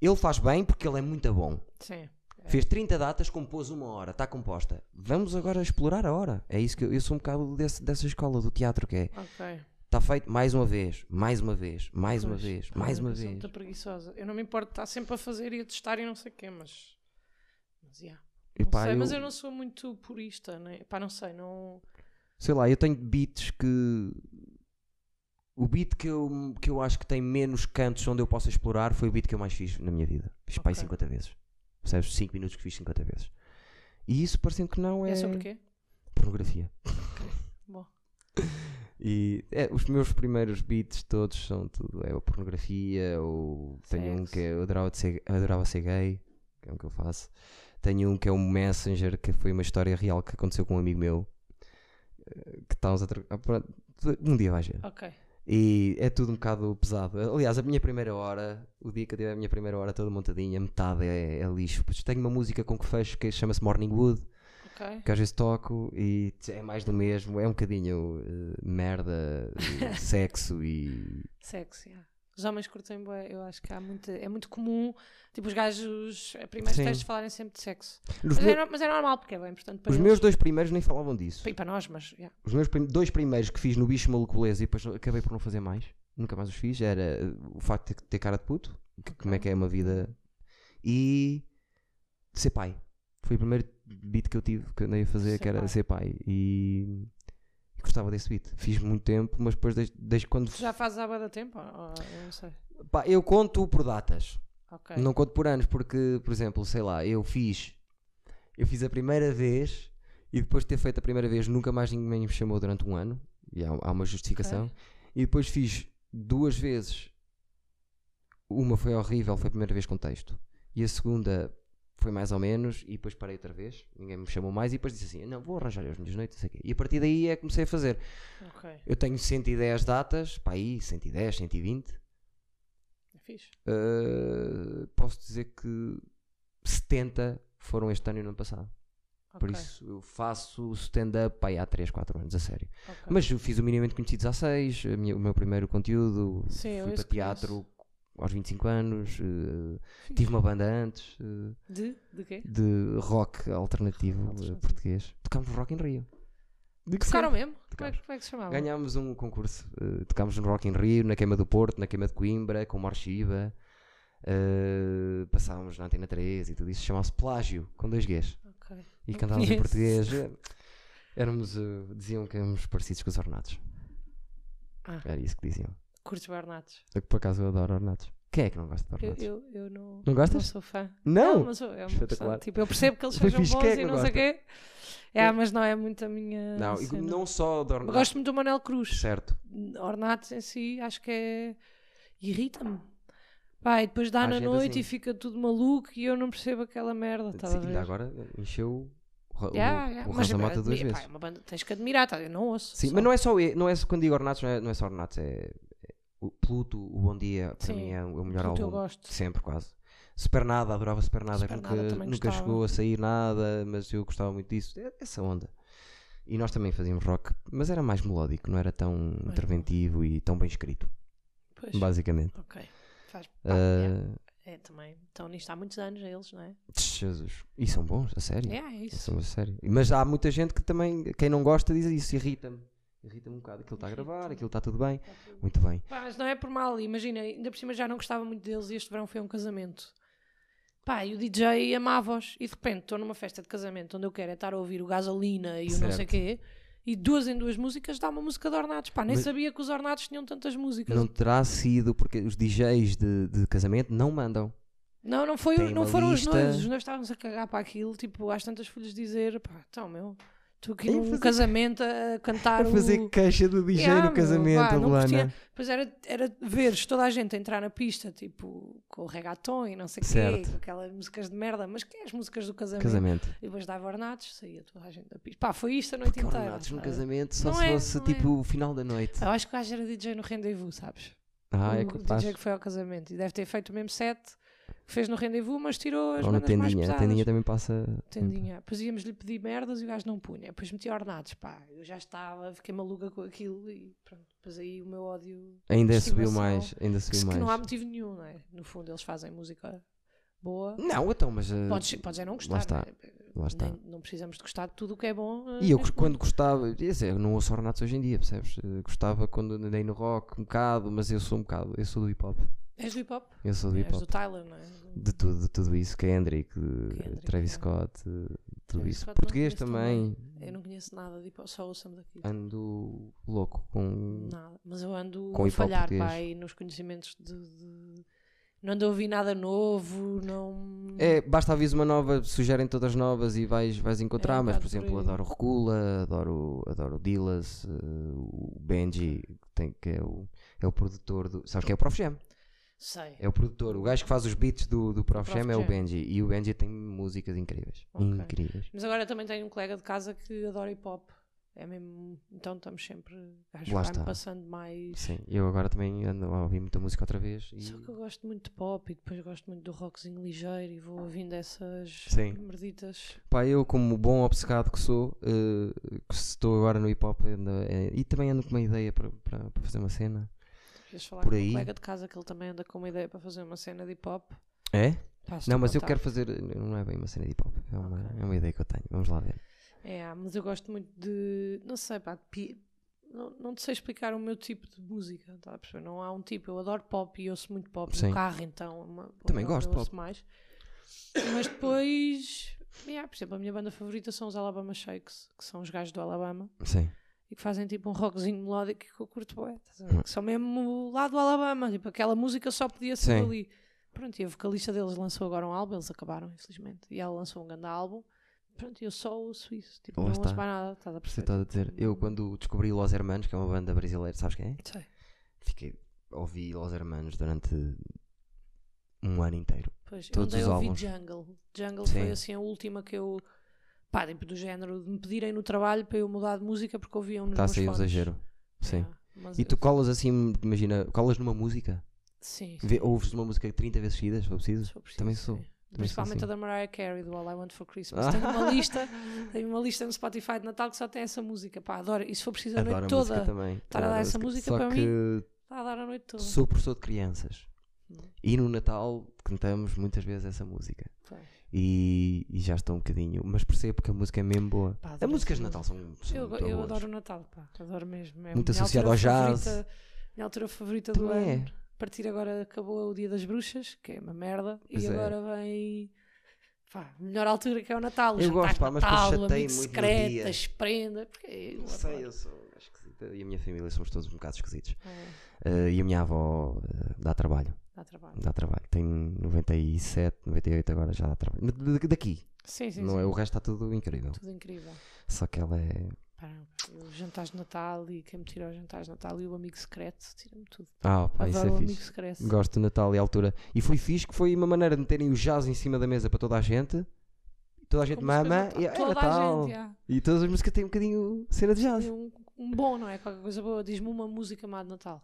Ele faz bem porque ele é muito bom. Sim. É. Fez 30 datas, compôs uma hora, está composta. Vamos agora explorar a hora. É isso que eu, eu sou um bocado desse- dessa escola do teatro que é. Ok. Está feito mais uma vez, mais uma vez, mais uma Pois, é, vez, pá, mais eu uma sou vez. muito preguiçosa. Eu não me importo de estar sempre a fazer e a testar e não sei o quê, mas. Mas, yeah. E não pá, sei, eu, mas eu não sou muito purista, né? Pá, não sei, não. sei lá, eu tenho beats que. O beat que eu, que eu acho que tem menos cantos onde eu possa explorar foi o beat que eu mais fiz na minha vida. Fiz pá aí Ok. 50 vezes. Percebes? 5 minutos que fiz 50 vezes. E isso parecendo que não É é. sobre quê? pornografia. Bom. E é, os meus primeiros beats todos são tudo. É ou pornografia, ou tenho um Sexo. que é eu adorava, de ser, adorava ser gay, que é um que eu faço. Tenho um que é um Messenger, que foi uma história real que aconteceu com um amigo meu. eh, Que estávamos a. tro- Ah, pronto, um dia vais ver. Ok. E é tudo um bocado pesado. Aliás, a minha primeira hora, o dia que eu tiver a minha primeira hora toda montadinha, metade é, é lixo. Pois Tenho uma música com que fecho que chama-se Morning Wood Ok. que às vezes toco e t- é mais do mesmo, é um bocadinho eh, merda, eh, sexo e. Sexo, yeah. Os homens curtem bué, eu acho que há muito, é muito comum, tipo, os gajos, a primeiros Sim. testes falarem sempre de sexo. Os, Mas, meu- é, no- mas é normal, porque é bem importante para os eles. meus dois primeiros nem falavam disso. E para nós, mas, yeah. Os meus prim- dois primeiros que fiz no bicho maluco beleza e depois acabei por não fazer mais, nunca mais os fiz, era eh, o facto de ter cara de puto, que- como é que é uma vida, e de ser pai. Foi o primeiro beat que eu tive, que andei a fazer, Ser que era pai. ser pai. E gostava desse beat. Fiz muito tempo, mas depois, desde, desde quando. Tu já fazes há bué da tempo? Ou- ou- eu não sei. Pá, eu conto por datas. Ok. Não conto por anos, porque, por exemplo, sei lá, eu fiz. Eu fiz a primeira vez e depois de ter feito a primeira vez nunca mais ninguém me chamou durante um ano. E há, há uma justificação. E depois fiz duas vezes. Uma foi horrível, foi a primeira vez com texto. E a segunda foi mais ou menos. E depois parei outra vez. Ninguém me chamou mais. E depois disse assim: Não, vou arranjar as minhas noites. não sei o quê." E a partir daí é que comecei a fazer. Ok. Eu tenho 110 datas, pá aí, 110, 120. É fixe. Uh, posso dizer que 70 foram este ano e no ano passado. Por Ok, isso eu faço stand-up pá, aí há 3, 4 anos, a sério. ok. Mas eu fiz o Minimamente Conhecidos há 6, a minha- o meu primeiro conteúdo, Sim, eu fui esse para teatro aos 25 anos, uh, Fixe. tive uma banda antes uh, De? De quê? de rock alternativo uh, Alternativo. português. Tocámos no Rock in Rio. De que Tocaram sempre. mesmo? Como é, Tocámos. como é que se chamava? Ganhámos um concurso. eh, tocámos no Rock in Rio, na Queima do Porto, na Queima de Coimbra, com o Morshiba. eh, passámos na Antena 3 e tudo isso. Chamava-se Plágio, com dois Gs. Ok. E Não cantávamos em conheço. português. eh, Éramos, eh, diziam que éramos parecidos com os Ornatos. Ah. Era isso que diziam. Curtos Bernatos. Eu, por acaso eu adoro Ornatos. Quem é que não gosta de Eu, Ornatos? eu, eu não, Não gostas? sou fã. Não! mas eu, é uma Espetacular. questão, tipo, eu percebo que eles Foi sejam fixe, bons quem é que e não não sei o quê. É, mas não é muito a minha. Não, e cena. não só de Mas Ornatos. Gosto muito do Manuel Cruz. Certo. Ornatos em si, acho que é. irrita-me. Pá, e depois dá Há na gente noite assim. e fica tudo maluco e eu não percebo aquela merda. Estás a Sim, ver? ainda agora encheu o, ra- o, Yeah, yeah, o mas, Rosa Mota duas pá, vezes. É uma banda, tens que admirar, tá? eu não ouço. Sim, só. mas não é só e- não é só- quando digo Ornatos, não é, não é só Ornatos, é, é o Pluto, o Bom Dia, para Sim, mim é o melhor Portanto, eu álbum gosto. de sempre, quase. Supernada, adorava Supernada, que Supernada nunca, também nunca gostava. chegou a sair nada, mas eu gostava muito disso, é essa onda. E nós também fazíamos rock, mas era mais melódico, não era tão interventivo e tão bem escrito, Pois, basicamente. Ok. Faz. pá, Ah, yeah. é, também. Estão nisto há muitos anos, eles, não é? tch, Ah, Jesus. E são bons, a sério. É, é isso. São a sério. Mas há muita gente que também, quem não gosta, diz isso, irrita-me. Irrita-me um bocado. Aquilo está a gravar, aquilo está tudo bem. Muito bem. Pá, mas não é por mal, imagina, ainda por cima já não gostava muito deles e este verão foi um casamento. Pá, e o DJ amava-os. E de repente estou numa festa de casamento onde eu quero é estar a ouvir o gasolina e o não sei Certo. quê. e duas em duas músicas dá uma música de Ornados. Pá, nem Mas- sabia que os Ornados tinham tantas músicas. Não Não, terá sido porque os DJs de, de casamento não mandam. não, foi, Tem não uma foram lista. os noivos. Os noivos estávamos a cagar para aquilo. Tipo, às tantas folhas dizer, pá, então, meu, estou aqui Em num fazer- casamento a cantar A fazer o... caixa do DJ Yeah, no meu, casamento, pá, não Lana. curtia. Pois era, era veres toda a gente a entrar na pista, tipo, com o reggaeton e não sei o quê, Certo. com aquelas músicas de merda, mas que é as músicas do casamento. Casamento. E depois dava ornados, saía toda a gente da pista. Pá, foi isto a noite Porque é um inteira. ornados num sabe? casamento só Não se é, fosse não é. tipo o final da noite. Eu acho que o gajo era DJ no Rendezvous, sabes? Ah, é o capaz. DJ que foi ao casamento. E deve ter feito o mesmo set que fez no Rendezvous, mas tirou as Ou no bandas Tendinha. mais A pesadas. Tendinha também passa. Tendinha. Depois íamos-lhe pedir merdas e o gajo não punha. Depois metia ornados, pá. Eu já estava, fiquei maluca com aquilo e pronto. Depois aí o meu ódio Ainda subiu Estimação. mais. Ainda Que, se- subiu que não há mais. motivo nenhum, não é? No fundo, eles fazem música boa. Não, então, mas. eh, Podes, podes é não gostar. está, não é? lá está. Nem- não precisamos de gostar de tudo o que é bom. eh, E eu neste quando mundo. gostava, quer dizer, eu não ouço ornatos hoje em dia, percebes? Eh, Gostava quando andei no rock um bocado, mas eu sou um bocado, eu sou do hip hop. És do hip hop? Eu sou do hip És hop. do Tyler, não é? De tudo, de tudo isso, Kendrick, de Kendrick, Travis é. Scott, de tudo Travis isso. Scott não Português conheço também, Eu não conheço nada de hip hop, só ouço-me daqui. ando louco com. Nada. Mas eu ando Com a hip hop falhar, português. pá, aí nos conhecimentos de. de- Não ando a ouvir nada novo, não. É, basta aviso uma nova, sugerem todas novas e vais, vais encontrar, É um mas por bocado por exemplo, aí. adoro o Recula, adoro, adoro o Dillas, eh, o Benji, que, tem, que é, o, é o produtor do. Sabes quem é o Prof Jam? Sei. É o produtor, o gajo que faz os beats do, do Prof. Prof. Jam é o Jam. Benji. E o Benji tem músicas incríveis. Ok. Incríveis. Mas agora também tenho um colega de casa que adora hip hop. É mesmo. Então estamos sempre. Acho que Lá vai-me está. passando mais. Sim, eu agora também ando a ouvir muita música outra vez. E... Só que eu gosto muito de pop e depois gosto muito do rockzinho ligeiro e vou ouvindo essas Sim. merditas. Pá, eu como bom obcecado que sou, eh, que estou agora no hip hop ando, eh, e também ando com uma ideia para- para para fazer uma cena. Queres falar Por com aí. um colega de casa que ele também anda com uma ideia para fazer uma cena de hip hop? É? Passo-te Não, o mas eu quero contacto. fazer. Não é bem uma cena de hip hop, é uma, é uma ideia que eu tenho. Vamos lá ver. É, mas eu gosto muito de. Não sei, pá, de pi- Não, não te sei explicar o meu tipo de música, tá a perceber? Não há um tipo. Eu adoro pop e ouço muito pop Sim. no carro, então. é uma- Também eu- eu gosto de ouço pop. mais. Mas depois. Yeah, por exemplo, a minha banda favorita são os Alabama Shakes, que são os gajos do Alabama. Sim. e que fazem tipo um rockzinho melódico que eu curto bué, estás a Hum. ver? que são mesmo lá do Alabama, tipo aquela música só podia ser Sim. ali. Pronto, e a vocalista deles lançou agora um álbum, eles acabaram, infelizmente, e ela lançou um grande álbum. Pronto, e eu só ouço isso, tipo, Lá não está. ouço mais nada, estás a Você perceber? está a dizer. Eu quando descobri Los Hermanos, que é uma banda brasileira, sabes quem é? Sei. Fiquei. Ouvi Los Hermanos durante um ano inteiro. Pois, Todos eu andei os a ouvir álbuns. Jungle. Jungle Sim. foi assim a última que eu, pá, tipo do género, de me pedirem no trabalho para eu mudar de música porque ouviam nos Está a meus sair um fones. exagero. Sim. Yeah, mas E tu eu- colas assim, imagina, colas numa música? Sim, Vê, ouves uma música 30 vezes seguidas, se for preciso? Sou preciso, Também sim. sou. Também sou Principalmente assim. a da Mariah Carey, do All I Want for Christmas. Tenho uma lista, tenho uma lista no Spotify de Natal que só tem essa música. Pá, adoro. E se for preciso a Adoro noite a música toda, também. Estar a dar Adoro essa música Só para que está a dar a noite toda. sou professor de crianças. Hum. E no Natal cantamos muitas vezes essa música. Pois. E, e já estou um bocadinho. Mas percebo que a música é mesmo boa. Pá, As adoro músicas de essa Natal são, são Eu, muito eu boas. adoro o Natal, pá. Adoro mesmo. É a Muito minha associado altura ao jazz. favorita- Minha altura favorita do Também ano. é. A partir agora acabou o Dia das Bruxas, que é uma merda. Pois e é. agora vem. Pá, a melhor altura que é o Natal. os Eu jantares gosto, de pá, mas depois Natal, o chateia muito amigo no secreto, dia. as prendas. Porque eu Não adoro. sei, eu sou um gajo esquisito. E a minha família somos todos um bocado esquisitos. É, Eh, e a minha avó eh, dá trabalho. dá trabalho. Dá trabalho. Tem 97, 98 agora já dá trabalho. Mas da- da- Daqui. Sim, sim, não sim. é, o resto está tudo incrível. Tudo incrível. Só que ela é. Pá, os jantares de Natal e quem me tira os jantares de Natal e o amigo secreto, tira-me tudo. Ah, pá, isso Adoro é o amigo fixe. secreto. Gosto do Natal e a altura. E foi fixe que foi uma maneira de meterem o jazz em cima da mesa para toda a gente. Toda a gente Com músicas de mama. Natal. E, é Toda Natal. a gente, já. E todas as músicas têm um bocadinho cena de jazz. E Um, um bom, não é? Qualquer coisa boa. Diz-me uma música má de Natal.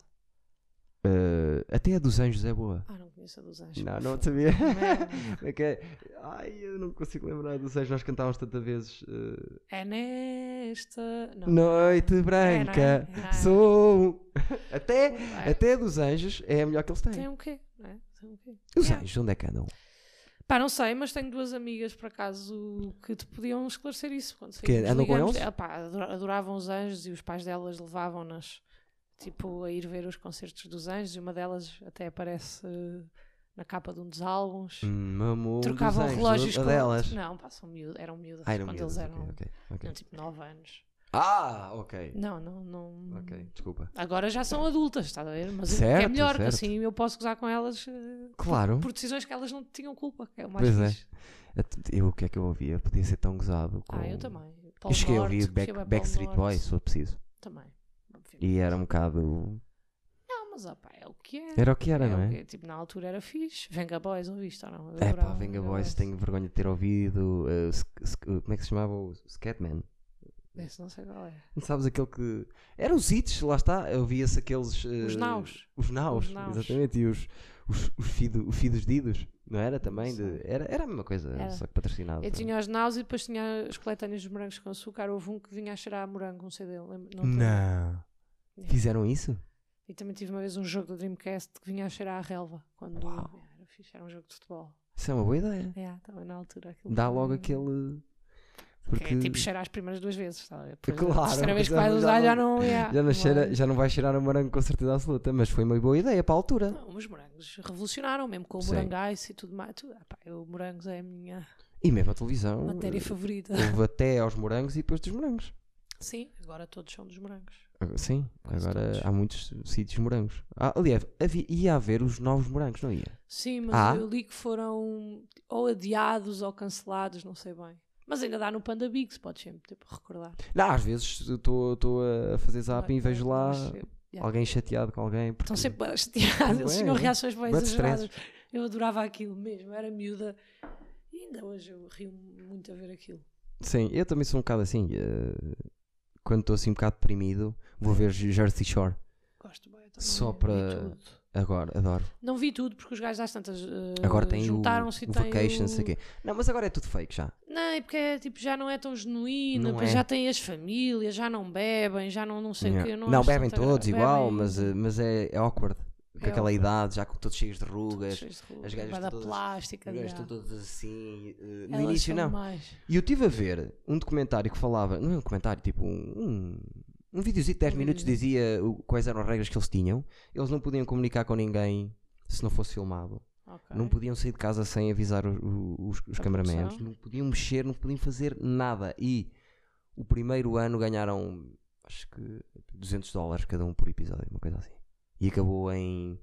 Eh, até a dos Anjos é boa. Ah, não conheço a dos anjos. Não, por não favor. sabia. Não Como é que é? Ai, eu não consigo lembrar dos Anjos. Nós cantávamos tantas vezes. eh, É É nesta. Não. Noite Branca, não é? sou. um- Até, É. até a dos Anjos é a melhor que eles Tem têm. um quê? Não é? Tem um quê? Os Yeah. Anjos, onde é que andam? Pá, não sei, mas tenho duas amigas por acaso que te podiam esclarecer isso. Quando Que saímos, andam com ligámos- eles? Ah, pá, adora- adoravam os anjos e os pais delas levavam-nas tipo, a ir ver os concertos dos anjos e uma delas até aparece eh, na capa de um dos álbuns. Hum, Mamou um dos Trocavam Anjos, relógios uma com delas. Não, pá, são miúdas, eram miúdas Ah, eram quando miúdas, eles eram ok, ok, ok. tinham, tipo 9 anos. Ah, ok. Não, não, não. Ok, desculpa. Agora já são adultas, estás a ver? Mas é Certo, melhor, certo. assim eu posso gozar com elas eh, Claro. por decisões que elas não tinham culpa, que é o mais Pois é. fixe. Eu o que é que eu ouvia? Podia ser tão gozado. Com... Ah, eu também. Eu Polo cheguei a Norte, ouvir curtia Back, bué Polo Backstreet Norte. Boys, se for preciso. é Também. Obviamente. E era um bocado. Não, mas opá, é o que é. Era o que era, É o não que é? é. Tipo, na altura era fixe. Venga Boys, ouviste ou não? Eu É pá, adorava Venga Boys, tenho vergonha de ter ouvido. eh, Sk- Sk- como é que se chamava? O Scatman. Esse não sei qual é. Não Sabes aquele que. Era os hits, lá está. Ouvia-se aqueles. eh, Os Naus. Os naus, Os naus. exatamente. E os, os, os, fido, os fidos didos, não era também? sei. De, era, era a mesma coisa, Era. só que patrocinado. Eu pá. tinha os Naus e depois tinha os coletâneos de morangos com açúcar. Houve um que vinha a cheirar a morango, um CD. lembro- Não. te lembro. Não. Fizeram isso? E também tive uma vez um jogo do Dreamcast que vinha a cheirar a relva. Quando Uau. É, era fixe, era um jogo de futebol. Isso é uma boa ideia. É, também na altura. aquilo Dá foi- logo aquele. que Porque Hum. É tipo cheirar as primeiras duas vezes. Está a ver? Depois, Claro, A terceira vez que já vais não- já usar já não- não. é, já, não cheira- vai. já não vai cheirar a morango com certeza absoluta, mas foi uma boa ideia para a altura. Não, os morangos revolucionaram, mesmo com o Sim. morango ice e tudo mais. Tudo, Ah pá, eu, morangos é a minha E mesmo a televisão. matéria eh, favorita. Houve até aos morangos e depois dos morangos. Sim, agora todos são dos morangos. Ah, Sim, Quase agora todos. há muitos sítios morangos. Ah, aliás, havia, ia haver os novos morangos, não ia? Sim, mas Ah. eu li que foram ou adiados ou cancelados, não sei bem. Mas ainda dá no Panda Bigs, podes sempre tipo, recordar. Não, às vezes estou a fazer zap Vai- e vejo vai- lá vais ver. Yeah. alguém chateado com alguém. Porque... Estão sempre bué chateados, eles Bué, tinham né? reações bem Bué de exageradas. Eu adorava aquilo mesmo, era miúda. E ainda hoje eu rio muito a ver aquilo. Sim, eu também sou um bocado assim. eh, quando estou assim um bocado deprimido, vou ver Jersey Shore. Gosto bem também. Só vi para- tudo. Agora, adoro. Não vi tudo porque os gajos às tantas eh, Agora tem o, juntaram-se o e tem Vacation, não sei o- o quê. Não, mas agora é tudo fake já. Não, é porque é, tipo, já não é tão genuíno, Não depois é. já tem as famílias, já não bebem, já não, não sei o Yeah. quê. eu Não, Não, acho bebem tanta gra- todos igual, bebem mas, eh, mas é, é awkward. Com É aquela awkward. idade, já com todos cheios de todos rugas. cheios de as rugas, gajas bué estão da todas- plástica. Os gajos já. estão todos assim. eh, no Elas início, são não. mais. E eu estive a ver um documentário que falava, não é um documentário, tipo um, um, um videozinho de 10 Um minutos vídeo. dizia o- quais eram as regras que eles tinham. Eles não podiam comunicar com ninguém se não fosse filmado. Ok. Não podiam sair de casa sem avisar o- o- os, os A cameramans. produção. Não podiam mexer, não podiam fazer nada. E o primeiro ano ganharam, acho que 200 dólares cada um por episódio, uma coisa assim. E acabou em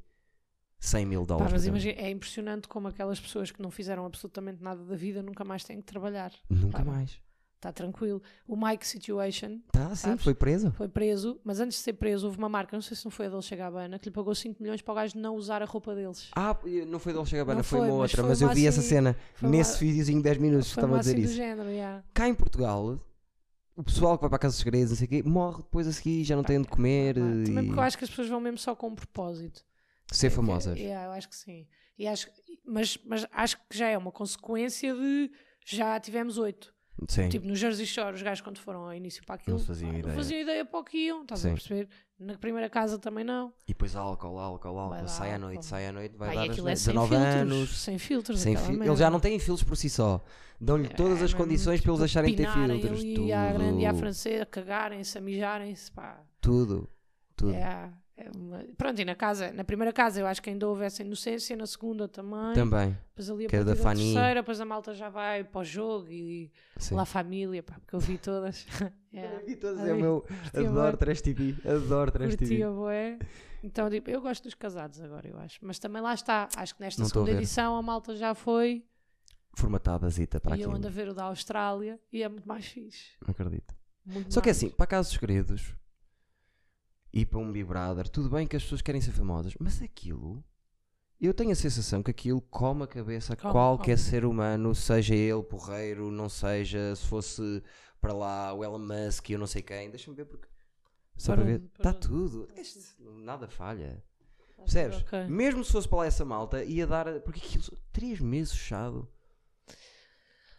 100 mil Pá, dólares. mas cada um. imagina, é impressionante como aquelas pessoas que não fizeram absolutamente nada da vida nunca mais têm que trabalhar. Nunca Pá. mais. Está tranquilo. O Mike Situation Tá, sim, Sabes? foi preso. foi preso, mas antes de ser preso, houve uma marca, não sei se não foi a Dolce Gabbana, que lhe pagou 5 milhões para o gajo não usar a roupa deles. Ah, não foi Dolce Gabbana, Não foi, foi, uma mas outra, foi mas, uma eu vi essa assim- cena Foi nesse uma- videozinho de 10 minutos que foi estava uma a dizer assim do isso. género, yeah. Cá em Portugal, o pessoal que vai para a casa dos segredos, não sei o quê, morre depois a seguir, já não tem onde comer Pá, é Também porque eu é- e acho que as pessoas vão mesmo só com um propósito. ser famosas. Yeah, eu acho que sim. E acho, mas, mas acho que já é uma consequência de já tivemos oito. Sim. Tipo, no Jersey Shore, os gajos quando foram ao início para aquilo, Não faziam pá, ideia. não faziam ideia para o que iam, estás a Sim. perceber? Na primeira casa também não. E depois álcool, álcool, Vai álcool, dar sai à álcool. noite, sai à noite, vai Pá, dar e às aquilo é sem 19 filtros, anos. sem filtros. Sem aquela fi- merda. Eles já não têm filtros por si só. Dão-lhe todas É, as mesmo, condições para eles tipo, acharem que têm pinarem filtros. ali Tudo, à grande e à francesa, cagarem-se, a mijarem-se, pá. tudo, tudo. É, é uma- Pronto, e na casa, na primeira casa eu acho que ainda houve essa inocência, na segunda também. Também, Depois ali a que era da partir da Fanny. terceira, depois a malta já vai para o jogo e sim. lá a família, pá, porque eu vi todas. é. E todos é Ali, o meu- curtia Adoro bué. 3TV, adoro 3TV. Curtia, bué. Então, tipo, eu gosto dos casados agora, eu acho. Mas também lá está. Acho que nesta Não estou a segunda ver. edição a malta já foi Formatada zita para e aquilo. eu ando a ver o da Austrália e é muito mais fixe. Não acredito. Muito Só que é mais. assim, para casos segredos e para um Big Brother, tudo bem que as pessoas querem ser famosas, mas aquilo. Eu tenho a sensação que aquilo come a cabeça a Come, qualquer come. ser humano, seja ele porreiro, não seja, se fosse para lá o Elon Musk, eu não sei quem. Deixa-me ver porque. Só para Parou, ver. Está parou. tudo. Este, nada falha. Tá tudo Percebes? ok. Mesmo se fosse para lá essa malta, ia dar. Porque aquilo. 3 meses fechado.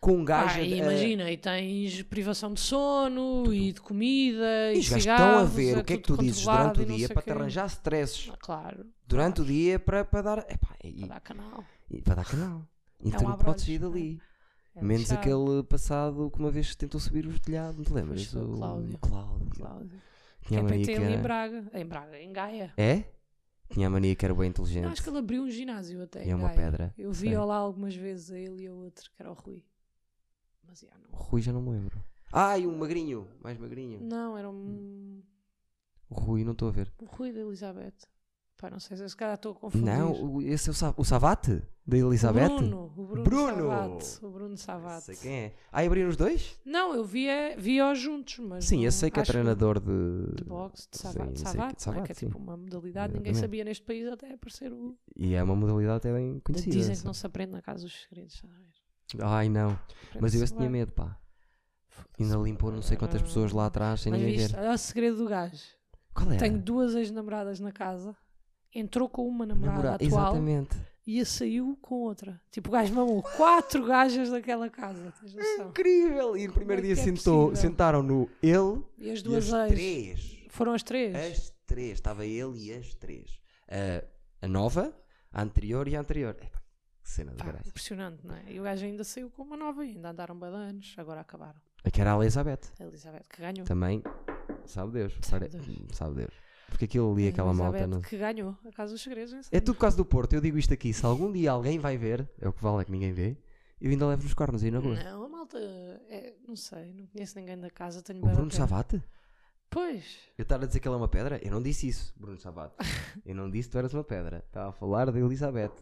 Com um Pá, gajo. e a- imagina, e tens privação de sono e de comida E e, os gajos cigarros, estão a ver o que é que tudo tu dizes controlado durante o e não dia sei para te quê. arranjar stresses Ah, Claro, durante o dia para, para dar. Epá, e, para dar canal. e para dar canal. Então um não podes ir abrolhos, não é? dali. É Menos lixado, aquele passado que uma vez tentou subir o telhado, não te lembras? Pois foi, O Cláudio. Cláudio. Cláudio. Que Tinha é a mania PT que ali em era. Braga. Em Braga, em Gaia. É? Tinha a mania que era bem Eu acho inteligente. que ele abriu um ginásio até. É. E em é uma Gaia. pedra. Eu Sei. vi-o lá algumas vezes, a ele e a outro, que era o Rui. Mas já O não. Rui já não me lembro. Ai, um magrinho, mais magrinho. Não, era um, O Rui, não estou a ver. um Rui da Elizabeth. Pá, não sei se se calhar estou a confundir. Não, o- esse é o, Sa- o Savate? Da Elizabeth? O Bruno, o Bruno, Bruno! Savate, o Bruno Não Savate. sei quem é. Ah, abriram os dois? Não, eu via, via-os juntos, mas. Sim, não- eu sei que é acho treinador de. De boxe, de Sim, Savate, não sei que- Savate, não é? Savate, que é sim. tipo uma modalidade, ninguém Exatamente. sabia neste país até aparecer o. E é uma modalidade até bem conhecida. Dizem que essa. não se aprende na casa dos segredos, estás a ver? Ai, não. Mas eu esse tinha Aprende-se medo, pá. bem. Ainda limpou não sei quantas pessoas lá atrás sem Mas ninguém viste, ver. olha o segredo do gajo. Qual era? Tenho duas ex-namoradas na casa, entrou com uma namorada, Namorado. atual Exatamente. e a saiu com outra. Tipo, o gajo mamou quatro gajas daquela casa, tens noção? Incrível! E no primeiro é dia que é sentou- possível? sentaram-no ele E as e duas as ex. três. Foram as três. As três. Estava ele e as três. A- a nova, a anterior e a anterior. Epá, que cena de Pá, graça. impressionante, não é? E o gajo ainda saiu com uma nova, ainda andaram bem de anos, agora acabaram. A É que era a Elizabeth. A Elizabeth que ganhou. Também, sabe Deus. Sabe pare- Deus. Sabe Deus. Porque aquilo ali, A aquela malta. Elizabeth Não... que ganhou a casa dos segredos, não sei. É tudo por causa do Porto. Eu digo isto aqui. Se algum dia alguém vai ver, é o que vale é que ninguém vê, eu ainda levo nos cornos aí na rua. Não, a malta. é- não sei, não conheço ninguém da casa. Tenho O bué da Bruno pena. Savate? Pois. Eu estava a dizer que ele é uma pedra? Eu não disse isso, Bruno Savate. Eu não disse que tu eras uma pedra. Estava a falar da Elizabeth.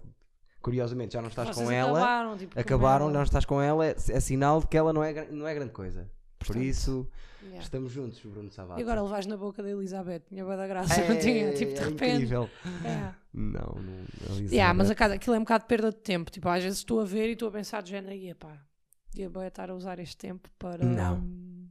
Curiosamente, já não estás Vocês com ela. Acabaram, tipo, com Acabaram, ela. já não estás com ela. É, é sinal de que ela não é, gran- não é grande coisa. Por Portanto, isso, Yeah. estamos juntos, Bruno Savate. E agora levas na boca da Elizabeth, minha bué da graça, não É, tinha? Tipo, de é repente. incrível. É. Não, não. Elizabeth. Yeah, mas a casa, aquilo é um bocado de perda de tempo. Tipo, às vezes estou a ver e estou a pensar de género, e pá, ia bem estar a usar este tempo para. Não. hum,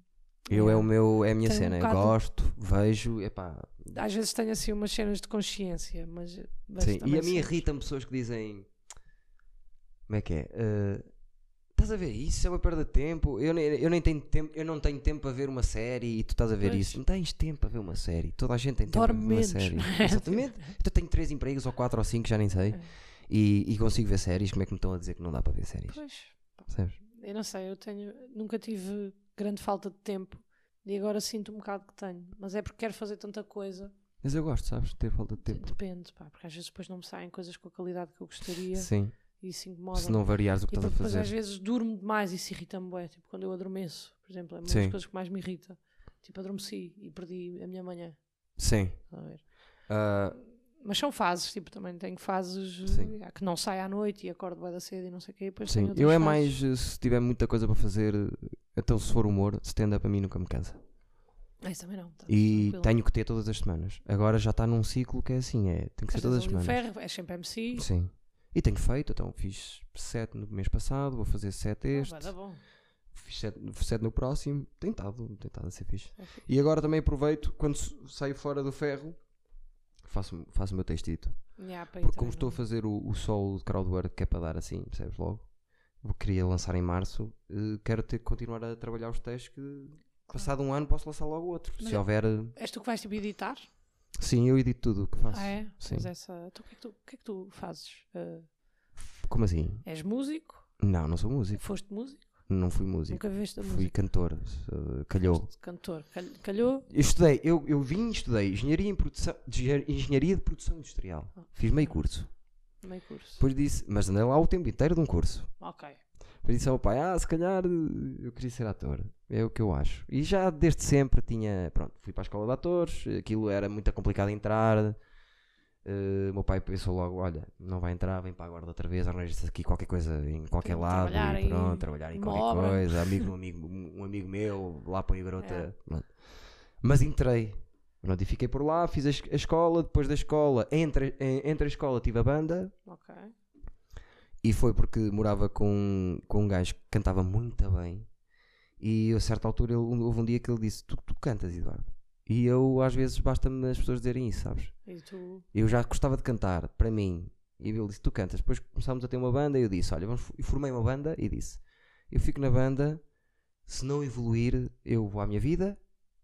Eu é o meu, é a minha Tem um cena. eu bocado- gosto, vejo, epá. Às vezes tenho assim umas cenas de consciência, mas. mas Sim. também E a sei- mim irritam pessoas que dizem como é que é? Eh, estás a ver isso? É uma perda de tempo. Eu, nem- eu nem tenho tempo, eu não tenho tempo a ver uma série e tu estás a ver Pois. isso. Não tens tempo a ver uma série. Toda a gente tem tempo Dorme a ver uma menos. série. não é? Exatamente. Eu tenho três empregos ou quatro ou cinco, já nem sei. É. E, e consigo ver séries. Como é que me estão a dizer que não dá para ver séries? Pois. Percebes? Eu não sei, eu tenho, nunca tive grande falta de tempo e agora sinto um bocado que tenho, mas é porque quero fazer tanta coisa. Mas eu gosto, sabes? De ter falta de De- tempo. Depende, pá, porque às vezes depois não me saem coisas com a qualidade que eu gostaria Sim. e isso incomoda. Se não variares o que e estás a porque depois às fazer. vezes durmo demais e isso irrita-me bué, tipo quando eu adormeço, por exemplo, é uma Sim. das coisas que mais me irrita. Tipo, adormeci e perdi a minha manhã. Sim. estás a ver? Ah, Mas são fases, tipo, também tenho fases Sim. eh, que não saio à noite e acordo bué da cedo e não sei o quê, e depois Sim, tenho eu outras é fases. mais eh, se tiver muita coisa para fazer, eh, então se for humor, stand-up a mim nunca me cansa. Ah, isso também não. tá E tranquilo. tenho que ter todas as semanas. Agora já está num ciclo que é assim, é, tem que ser Às todas as vezes ali o semanas. ferro, é sempre MC, Sim. E tenho feito, então fiz 7 no mês passado, vou fazer 7 Ah, este, vai dar bom. fiz 7 no próximo, tentado, tentado a ser fixe. É fixe. E agora também aproveito quando s- saio fora do ferro, faço, faço o meu textito. Yeah, pá, e Porque também como estou a não- é. fazer o, o solo de crowdwork que é para dar assim, percebes logo? Vou- Queria lançar em março, eh, quero ter que continuar a trabalhar os textos que passado um ano posso lançar logo outro. Mas Se é- houver. eh, És tu que vais tipo editar? Sim, eu edito tudo o que faço. Ah, é? Sim. Mas essa. Então, o que é que tu, o que é que tu fazes? Ah, Como assim? és músico? Não, não sou músico. Foste músico? Não fui músico. Nunca viveste a fui música? cantor. eh, calhou. Foste cantor. Cal- Calhou? Eu estudei, eu, eu vim e estudei engenharia, em produção, de- engenharia de produção industrial. Ah. Fiz meio curso. Meio curso. Depois disse, mas andei lá o tempo inteiro de um curso. Ok. Mas disse ao meu pai, ah, se calhar eh, eu queria ser ator. É o que eu acho. E já desde sempre tinha, pronto, fui para a escola de atores, aquilo era muito complicado entrar. Eh, O meu pai pensou logo, olha, não vai entrar, vem para a guarda outra vez, arranja-se aqui qualquer coisa em qualquer Tem que lado trabalhar e pronto, em trabalhar em uma qualquer obra." coisa, amigo, de um amigo, um amigo meu, lá põe a garota. É. Pronto. Mas entrei. Pronto, e fiquei por lá, fiz a, es- a escola, depois da escola, entre, eh, entre a escola tive a banda, Ok. e foi porque morava com, com um gajo que cantava muito bem. E a certa altura ele- houve um dia que ele disse: Tu, tu cantas, Eduardo. E eu, às vezes, basta-me as pessoas dizerem isso, sabes? E tu. Eu já gostava de cantar, para mim. E ele disse: Tu cantas. Depois começámos a ter uma banda. E eu disse: Olha, vamos, f- eu formei uma banda. E disse: Eu fico na banda. Se não evoluir, eu vou à minha vida.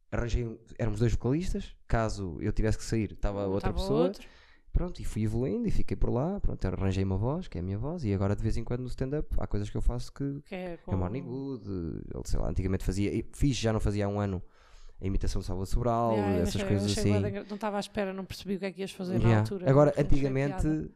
Arranjei. um- Éramos dois vocalistas. Caso eu tivesse que sair, estava outra Hum, Estava pessoa. outro. Pronto, e fui evoluindo e fiquei por lá. Pronto, arranjei uma voz, que é a minha voz, e agora de vez em quando no stand-up há coisas que eu faço que Que é com. é Morning Good, eh, sei lá, antigamente fazia, e fiz, já não fazia há um ano, a imitação de Salva Sobral, Yeah, eu essas achei- eu coisas achei assim. bué da gra- Não estava à espera, não percebi o que é que ias fazer na Yeah. altura. Agora, achei piada. antigamente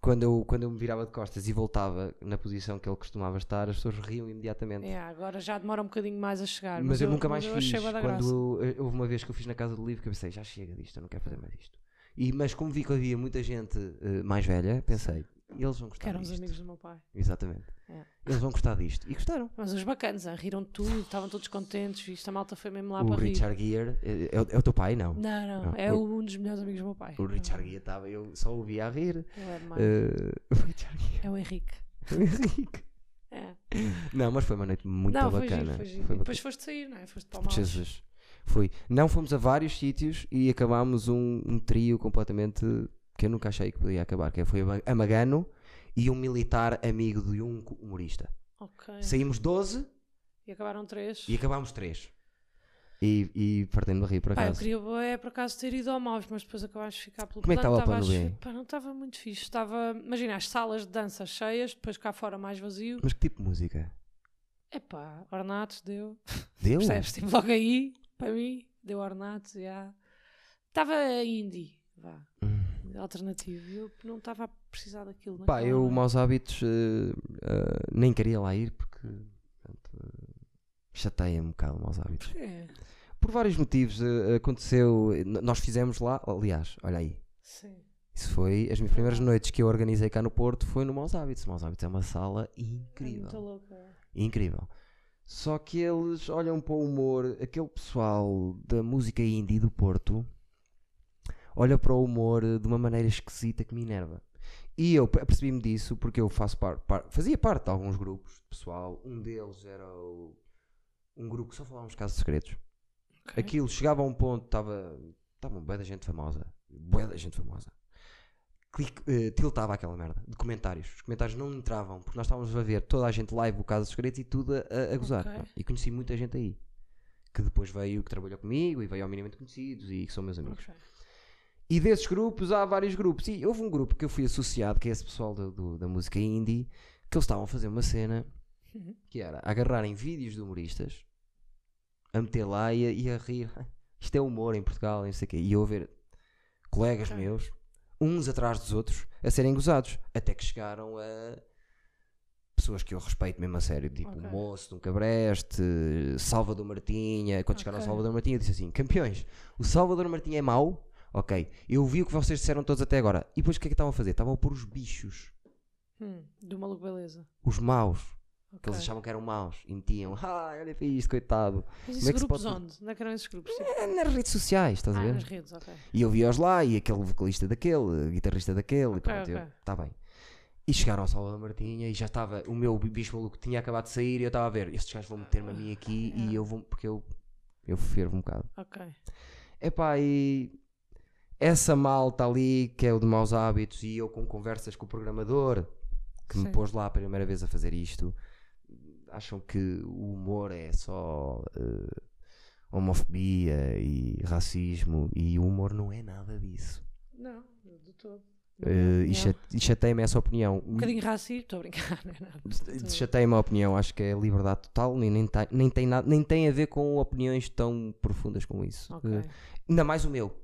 quando eu, quando eu me virava de costas e voltava na posição que ele costumava estar, as pessoas riam imediatamente. É, agora já demora um bocadinho mais a chegar. Mas, eu, nunca mais mas eu fiz. achei bué da graça. Quando eu- houve uma vez que eu fiz na casa do livro que eu pensei, já chega disto, eu não quero fazer mais isto. E, mas como vi que havia muita gente eh, mais velha, pensei, eles vão Que gostar eram os disto. amigos do meu pai. Exatamente. É. Eles vão gostar disto. E gostaram. Mas os bacanas, hein, riram de tudo, estavam todos contentes, isto a malta foi mesmo lá o para rir. Richard Gere, eh, é, o- é o teu pai? Não. Não, não, Não, é o- um dos melhores amigos do meu pai. O Richard Gere estava, eu só ouvia a rir. Ele é demais. Eh, o Richard Gere, É o Henrique. o Henrique. É. Não, mas foi uma noite muito não, foi bacana. giro, foi giro. Foi bacana. Depois foste sair, não é? Foste para o mal. Jesus. Foi. Não fomos a vários sítios e acabámos um, um trio completamente que eu nunca achei que podia acabar, que é, foi a Ma- a Magano e um militar amigo de um humorista. Ok. Saímos 12 E acabaram três. e acabámos 3. E, e partendo de rir por Pá, eu acaso. queria bué, por acaso ter ido ao Maus, mas depois acabámos de ficar pelo Como é que estava plano, o estava plano B? a che- Pá, não estava muito fixe. Estava, imagina, as salas de dança cheias, depois cá fora mais vazio. Mas que tipo de música? Epá, ornatos deu. Deu? Percebes? Estive logo aí, para mim, deu ornatos, já. Estava indie, vá, Hum. alternativo. Eu não estava a precisar daquilo. Pá, naquela eu noite. maus hábitos eh, eh, nem queria lá ir porque pronto, eh, chateia-me um bocado maus hábitos. É, Por vários motivos eh, aconteceu. eh, n- Nós fizemos lá, aliás, olha aí. sim. É Isso foi as minhas primeiras noites que eu organizei cá no Porto foi no Maus Hábitos. O Maus Hábitos é uma sala É muito incrível. louco. é. Incrível. Só que eles olham para o humor, aquele pessoal da música indie do Porto olha para o humor eh, de uma maneira esquisita que me enerva. E eu per- apercebi-me disso porque eu faço par, par- fazia parte de alguns grupos de pessoal. Um deles era o- um grupo que só falávamos casos secretos. Ok. Aquilo chegava a um ponto, estava estava bué da gente famosa, bué da gente famosa. Clic, eh, tiltava aquela merda de comentários. Os comentários não entravam porque nós estávamos a ver toda a gente live, o caso segredo e tudo a, a gozar. Ok. pá. E conheci muita gente aí que depois veio, que trabalhou comigo e veio ao Minimamente Conhecidos e que são meus amigos. Ok. E desses grupos há vários grupos. E houve um grupo que eu fui associado, que é esse pessoal do- do- da música indie, que eles estavam a fazer uma cena Uhum. que era agarrarem vídeos de humoristas, a meter lá e a, e a rir. Isto é humor em Portugal, e não sei o quê. E eu a ver colegas Ok. meus, uns atrás dos outros, a serem gozados. Até que chegaram a pessoas que eu respeito mesmo a sério, tipo Ok. o Moço, Nunca Breste, Salvador Martinha. Quando chegaram ao Ok. Salvador Martinha, eu disse assim: campeões, o Salvador Martinha é mau? Ok, eu vi o que vocês disseram todos até agora. E depois o que é que estavam a fazer? Estavam a pôr os bichos, Hum, do maluco beleza. os maus, que Ok. eles achavam que eram maus, e metiam, ah, olha para isto, coitado. Mas Como isso é que se grupos pode- onde? Onde é que eram esses grupos? Tipo, É nas redes sociais, estás a ah, ver? nas redes, ok. E eu via-os lá, e aquele vocalista daquele, eh, guitarrista daquele, e Ok, pronto, eu, ok. tá bem. E chegaram ao Salvador Martinha e já estava, o meu bicho maluco tinha acabado de sair e eu estava a ver, estes gajos vão meter-me a mim aqui Ah. e eu vou, porque eu, eu fervo um bocado. Ok. Epá, e essa malta ali que é o de maus hábitos e eu com conversas com o programador que me Sim. pôs lá a primeira vez a fazer isto acham que o humor é só eh, homofobia e racismo e o humor não é nada disso Não, do todo. Eh, e Não. chate- e chateia-me essa opinião Um bocadinho racista, estou a brincar, não é nada. Estou- chateia-me a opinião acho que é liberdade total nem, nem, tá- nem tem nada, nem tem a ver com opiniões tão profundas como isso Ok. Eh, Ainda mais o meu.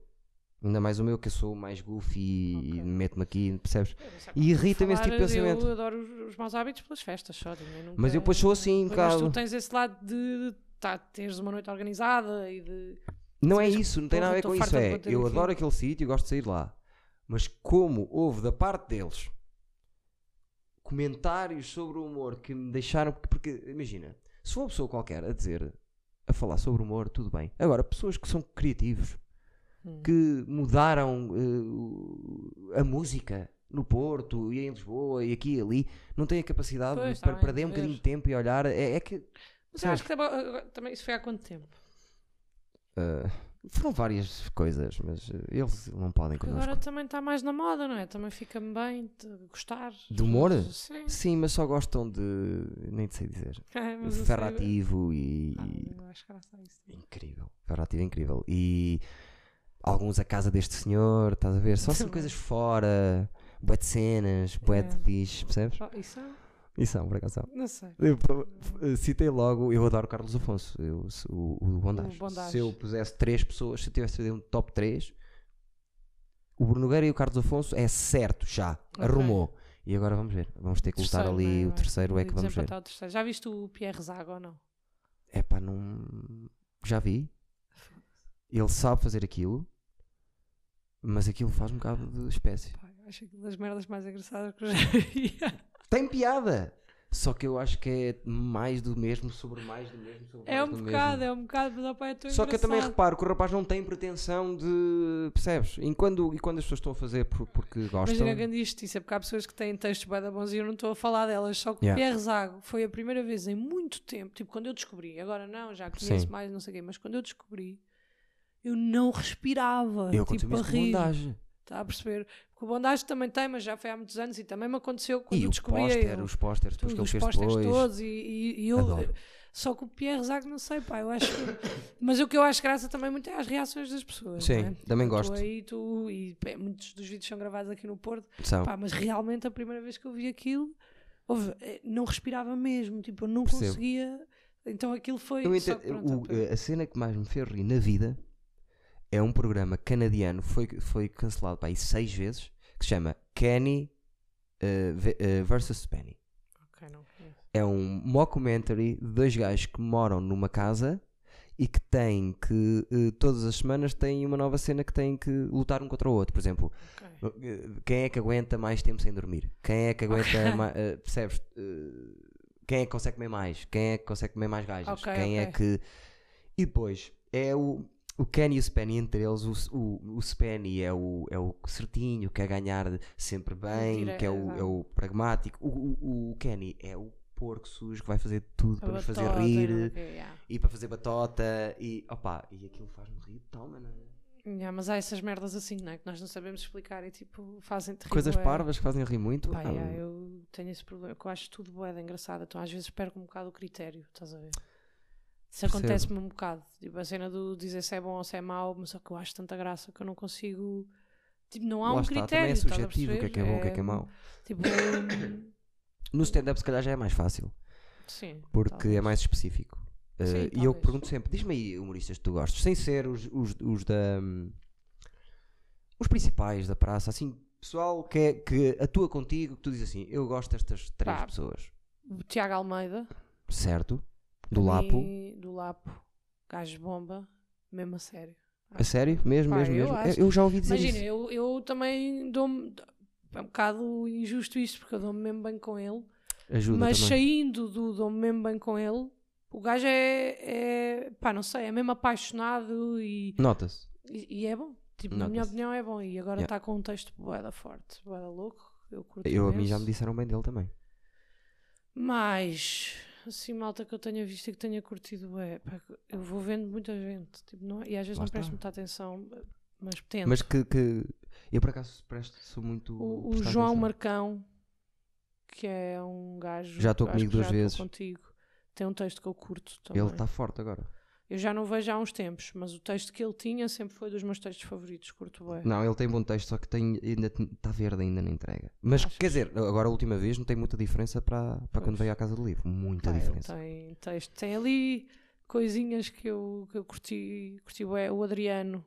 Ainda mais o meu, que eu sou mais goofy Ok. e meto-me aqui, percebes? Eu não sei E irrita-me esse falar, tipo de pensamento. Eu adoro os, os maus hábitos pelas festas, só. também nunca- Mas eu depois sou assim, um Mas tu bocado. tens esse lado de, de tá, teres uma noite organizada e de. Não é Sabes, isso, não tem porra, nada a ver estou com isso. farta de É, bater eu aqui. adoro aquele sítio, gosto de sair lá. Mas como houve da parte deles comentários sobre o humor que me deixaram. Porque, imagina, se for uma pessoa qualquer a dizer, a falar sobre humor, tudo bem. Agora, pessoas que são criativos, Hum. que mudaram eh, o- a música no Porto e em Lisboa e aqui e ali, não têm a capacidade Pois, de tá para bem, perder um pois. bocadinho de tempo e olhar. É, é que Mas eu acho que agora- agora- também isso foi há quanto tempo? eh, foram várias coisas, mas eh, eles não podem Porque connosco. agora também está mais na moda, não é? Também fica-me bem de gostar. De humor? Sim. Sim, mas só gostam de. nem sei dizer. É, mas eu sei- Ferrativo e. Ah, e- eu acho graça a isso. Incrível. Ferrativo é incrível. E alguns a casa deste senhor, estás a ver? Só assim Também. coisas fora, bué de cenas, bué de É. bicho, percebes? Oh, Isso? E são, por acaso são. Não sei. Eu, p- f- citei logo, eu adoro Carlos Afonso, eu, se- o, o Bondage. Bondage. Se eu pusesse três pessoas, se eu tivesse de fazer um top 3, o Bruno Nogueira e o Carlos Afonso é certo já, Ok. arrumou. E agora vamos ver, vamos ter que lutar Terceiro, ali, não é? o terceiro é E que vamos ver. desempatar o terceiro. Já viste o Pierre Zago ou não? É pá, não. Já vi. Ele sabe fazer aquilo, mas aquilo faz um bocado de espécie. Pá, eu acho que das merdas mais engraçadas que eu já vi. Tem piada! Só que eu acho que é mais do mesmo sobre mais do mesmo sobre É mais um do bocado, mesmo. é um bocado, mas opa, é tão Só que eu também engraçado. reparo que o rapaz não tem pretensão de. Percebes? E quando, e quando as pessoas estão a fazer por- porque gostam. Imagina é a grande justiça, porque há pessoas que têm textos bem da bons e eu não estou a falar delas, só que Yeah. o Pierre Zago foi a primeira vez em muito tempo, tipo quando eu descobri, agora não, já conheço Sim. mais, não sei o quê, mas quando eu descobri, eu não respirava, Eu tipo continuo a mesmo com rir, bondagem. está a perceber? Porque o Bondage também tem, mas já foi há muitos anos e também me aconteceu quando E eu o descobri póster, eu- os pósteres, depois que tudo, ele os fez pósteres depois. todos e, e- e eu... Adoro. Só que o Pierre Zago, não sei, pá, eu acho que- Mas o que eu acho graça também muito é as reações das pessoas. Sim, não é? também Tu gosto. aí, tu, e pá, muitos dos vídeos são gravados aqui no Porto. São. Pá, mas realmente a primeira vez que eu vi aquilo, houve- eh, não respirava mesmo, tipo, eu não Percebo. conseguia. Então aquilo foi. Eu só entendo, que pronto, o- eh, opa, a cena que mais me fez rir na vida é um programa canadiano, foi, foi cancelado pá, aí seis vezes, que se chama Kenny eh, ve- eh, versus Penny. ok, não conheço. É um mockumentary de dois gajos que moram numa casa e que têm que, eh, todas as semanas, têm uma nova cena que têm que lutar um contra o outro. Por exemplo, Ok. eh, quem é que aguenta mais tempo sem dormir? Quem é que aguenta, ma- eh, percebes? Eh, quem é que consegue comer mais? Quem é que consegue comer mais gajas? Ok, quem é ok. que. E depois é o, o Ken e o Spenny entre eles. O, o, o Spenny é o, é o certinho, quer ganhar sempre bem, Dire- que é o, exato. é o pragmático. O, o, o Kenny é o porco sujo que vai fazer tudo para nos fazer Batota, não sei o rir quê, yeah. e para fazer batota. E opá, e aquilo faz-me rir é? de tal maneira. Yeah, mas há essas merdas assim, não é? Que nós não sabemos explicar e tipo, fazem-te rir. Coisas bué. parvas que fazem rir muito. Pá, ah, yeah, eu tenho esse problema, que eu acho tudo boa engraçado, então às vezes perco um bocado o critério, estás a ver? Isso Percebo. acontece-me um bocado, tipo a cena do dizer se é bom ou se é mau, mas só que eu acho tanta graça que eu não consigo, tipo, não há Lá um está, critério, também é estás a subjetivo o que é que é bom, o que é que é perceber? mau. Tipo, No stand-up, se calhar, já é mais fácil, sim. tá. porque talvez. é mais específico. Uh, Sim, e eu talvez. pergunto sempre: diz-me aí humoristas que tu gostas, sem ser os, os, os da. os principais da praça, assim, pessoal que, é- que atua contigo, que tu dizes assim: eu gosto destas três Pá. pessoas, O Tiago Almeida, certo? Do para Lapo. mim, Do Lapo, gajo bomba, mesmo a sério. A sério? Mesmo, Pá, mesmo, eu mesmo? Eu, acho- eu já ouvi dizer Imagina, isso. eu, eu também dou-me. É um bocado injusto isto, porque eu dou-me mesmo bem com ele. Ajuda mas também. saindo do dou-me mesmo bem com ele, o gajo é, é. pá, não sei, é mesmo apaixonado e, Nota-se. e, e é bom. Tipo, na minha Nota-se. opinião, é bom. E agora Yeah. está com um texto boeda forte, boeda louco. Eu curto Eu, a mim já imenso. me disseram bem dele também. Mas, assim, malta que eu tenha visto e que tenha curtido, é, pá, eu vou vendo muita gente. Tipo, não, e às vezes Lá não está. presto muita atenção, mas tento. Mas que, que- Eu por acaso presto, sou muito. o, o prestar João atenção. Marcão, que é um gajo. Já estou que eu acho comigo que duas já estou vezes. contigo. Tem um texto que eu curto também. Ele está forte agora. Eu já não vejo há uns tempos, mas o texto que ele tinha sempre foi dos meus textos favoritos. Curto bem. Não, ele tem bom texto, só que tem, ainda está verde ainda na entrega. Mas Achas? quer dizer, agora a última vez não tem muita diferença para, para quando Pois. Ah, veio à casa do livro. Muita Pá, ele diferença. tem texto. Tem ali coisinhas que eu, que eu curti. curti bué. O Adriano.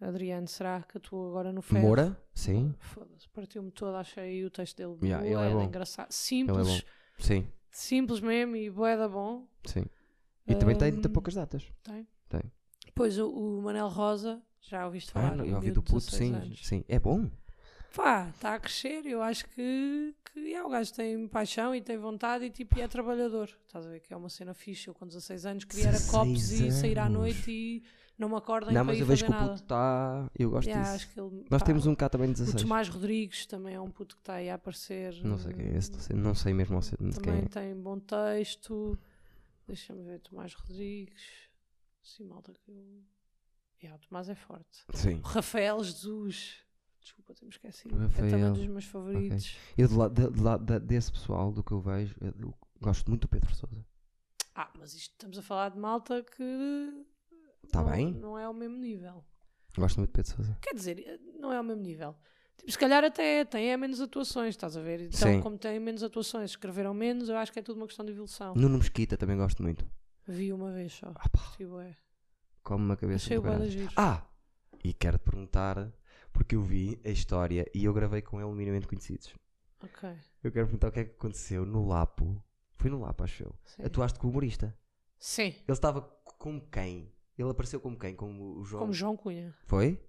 Adriano, será que atuou agora no Ferro? Moura? Sim. Foda-se, partiu-me todo, achei o texto dele Yeah, ele é bué de bom. engraçado. Ele é Simples, bom. Sim, simples mesmo e bué da bom. sim. E também tem, Ahm, tem poucas datas. Pois o, o Manel Rosa, já ouviste falar? Ah, não, um eu ouvi miúdo do de puto, 16 sim, anos. sim. É bom. Pá, está a crescer, eu acho que, que é, o gajo tem paixão e tem vontade e tipo, e é trabalhador. Estás a ver que é uma cena fixe. Eu com 16 anos queria era 16 copos e sair à anos. noite e não me acordem não, para mas ir eu vejo fazer que o puto nada. está. Eu gosto Yeah, disso. acho que ele- Nós pá, temos um cá também de O 16. Tomás Rodrigues também é um puto que está aí a aparecer. Não sei quem é esse, não hum, sei, não sei mesmo ao certo de quem Também é. tem bom texto. Deixa-me ver, Tomás Rodrigues. Sim, malta que eu. Yeah, o Tomás é forte. Sim. O Rafael Jesus. Desculpa, tenho esquecido. É também Rafael, um dos meus favoritos. Eu de lá, de, de lá- da- desse pessoal, do que eu vejo, eu- eu gosto muito do Pedro Sousa. Ah, mas isto estamos a falar de malta que. Está não, Tá bem? Não é o mesmo nível. Gosto muito do Pedro Sousa. Quer dizer, não é o mesmo nível. Tipo, se calhar até é, tem é menos atuações, estás a ver? Então, Sim. como têm menos atuações, escreveram menos, eu acho que é tudo uma questão de evolução. Nuno Mesquita também gosto muito. Vi uma vez só. Tipo, é. Ah, pá. Curti bué. Como uma cabeça Achei do o caralho. giro. Ah! E quero te perguntar Porque eu vi a história e eu gravei com ele minimamente conhecidos. Ok. Eu quero perguntar o que é que aconteceu no Lapo. Foi no Lapo, acho eu. Sim. Atuaste como humorista. Sim, Ele estava c- como quem? Ele apareceu como quem? Como o João? como João Cunha. Foi?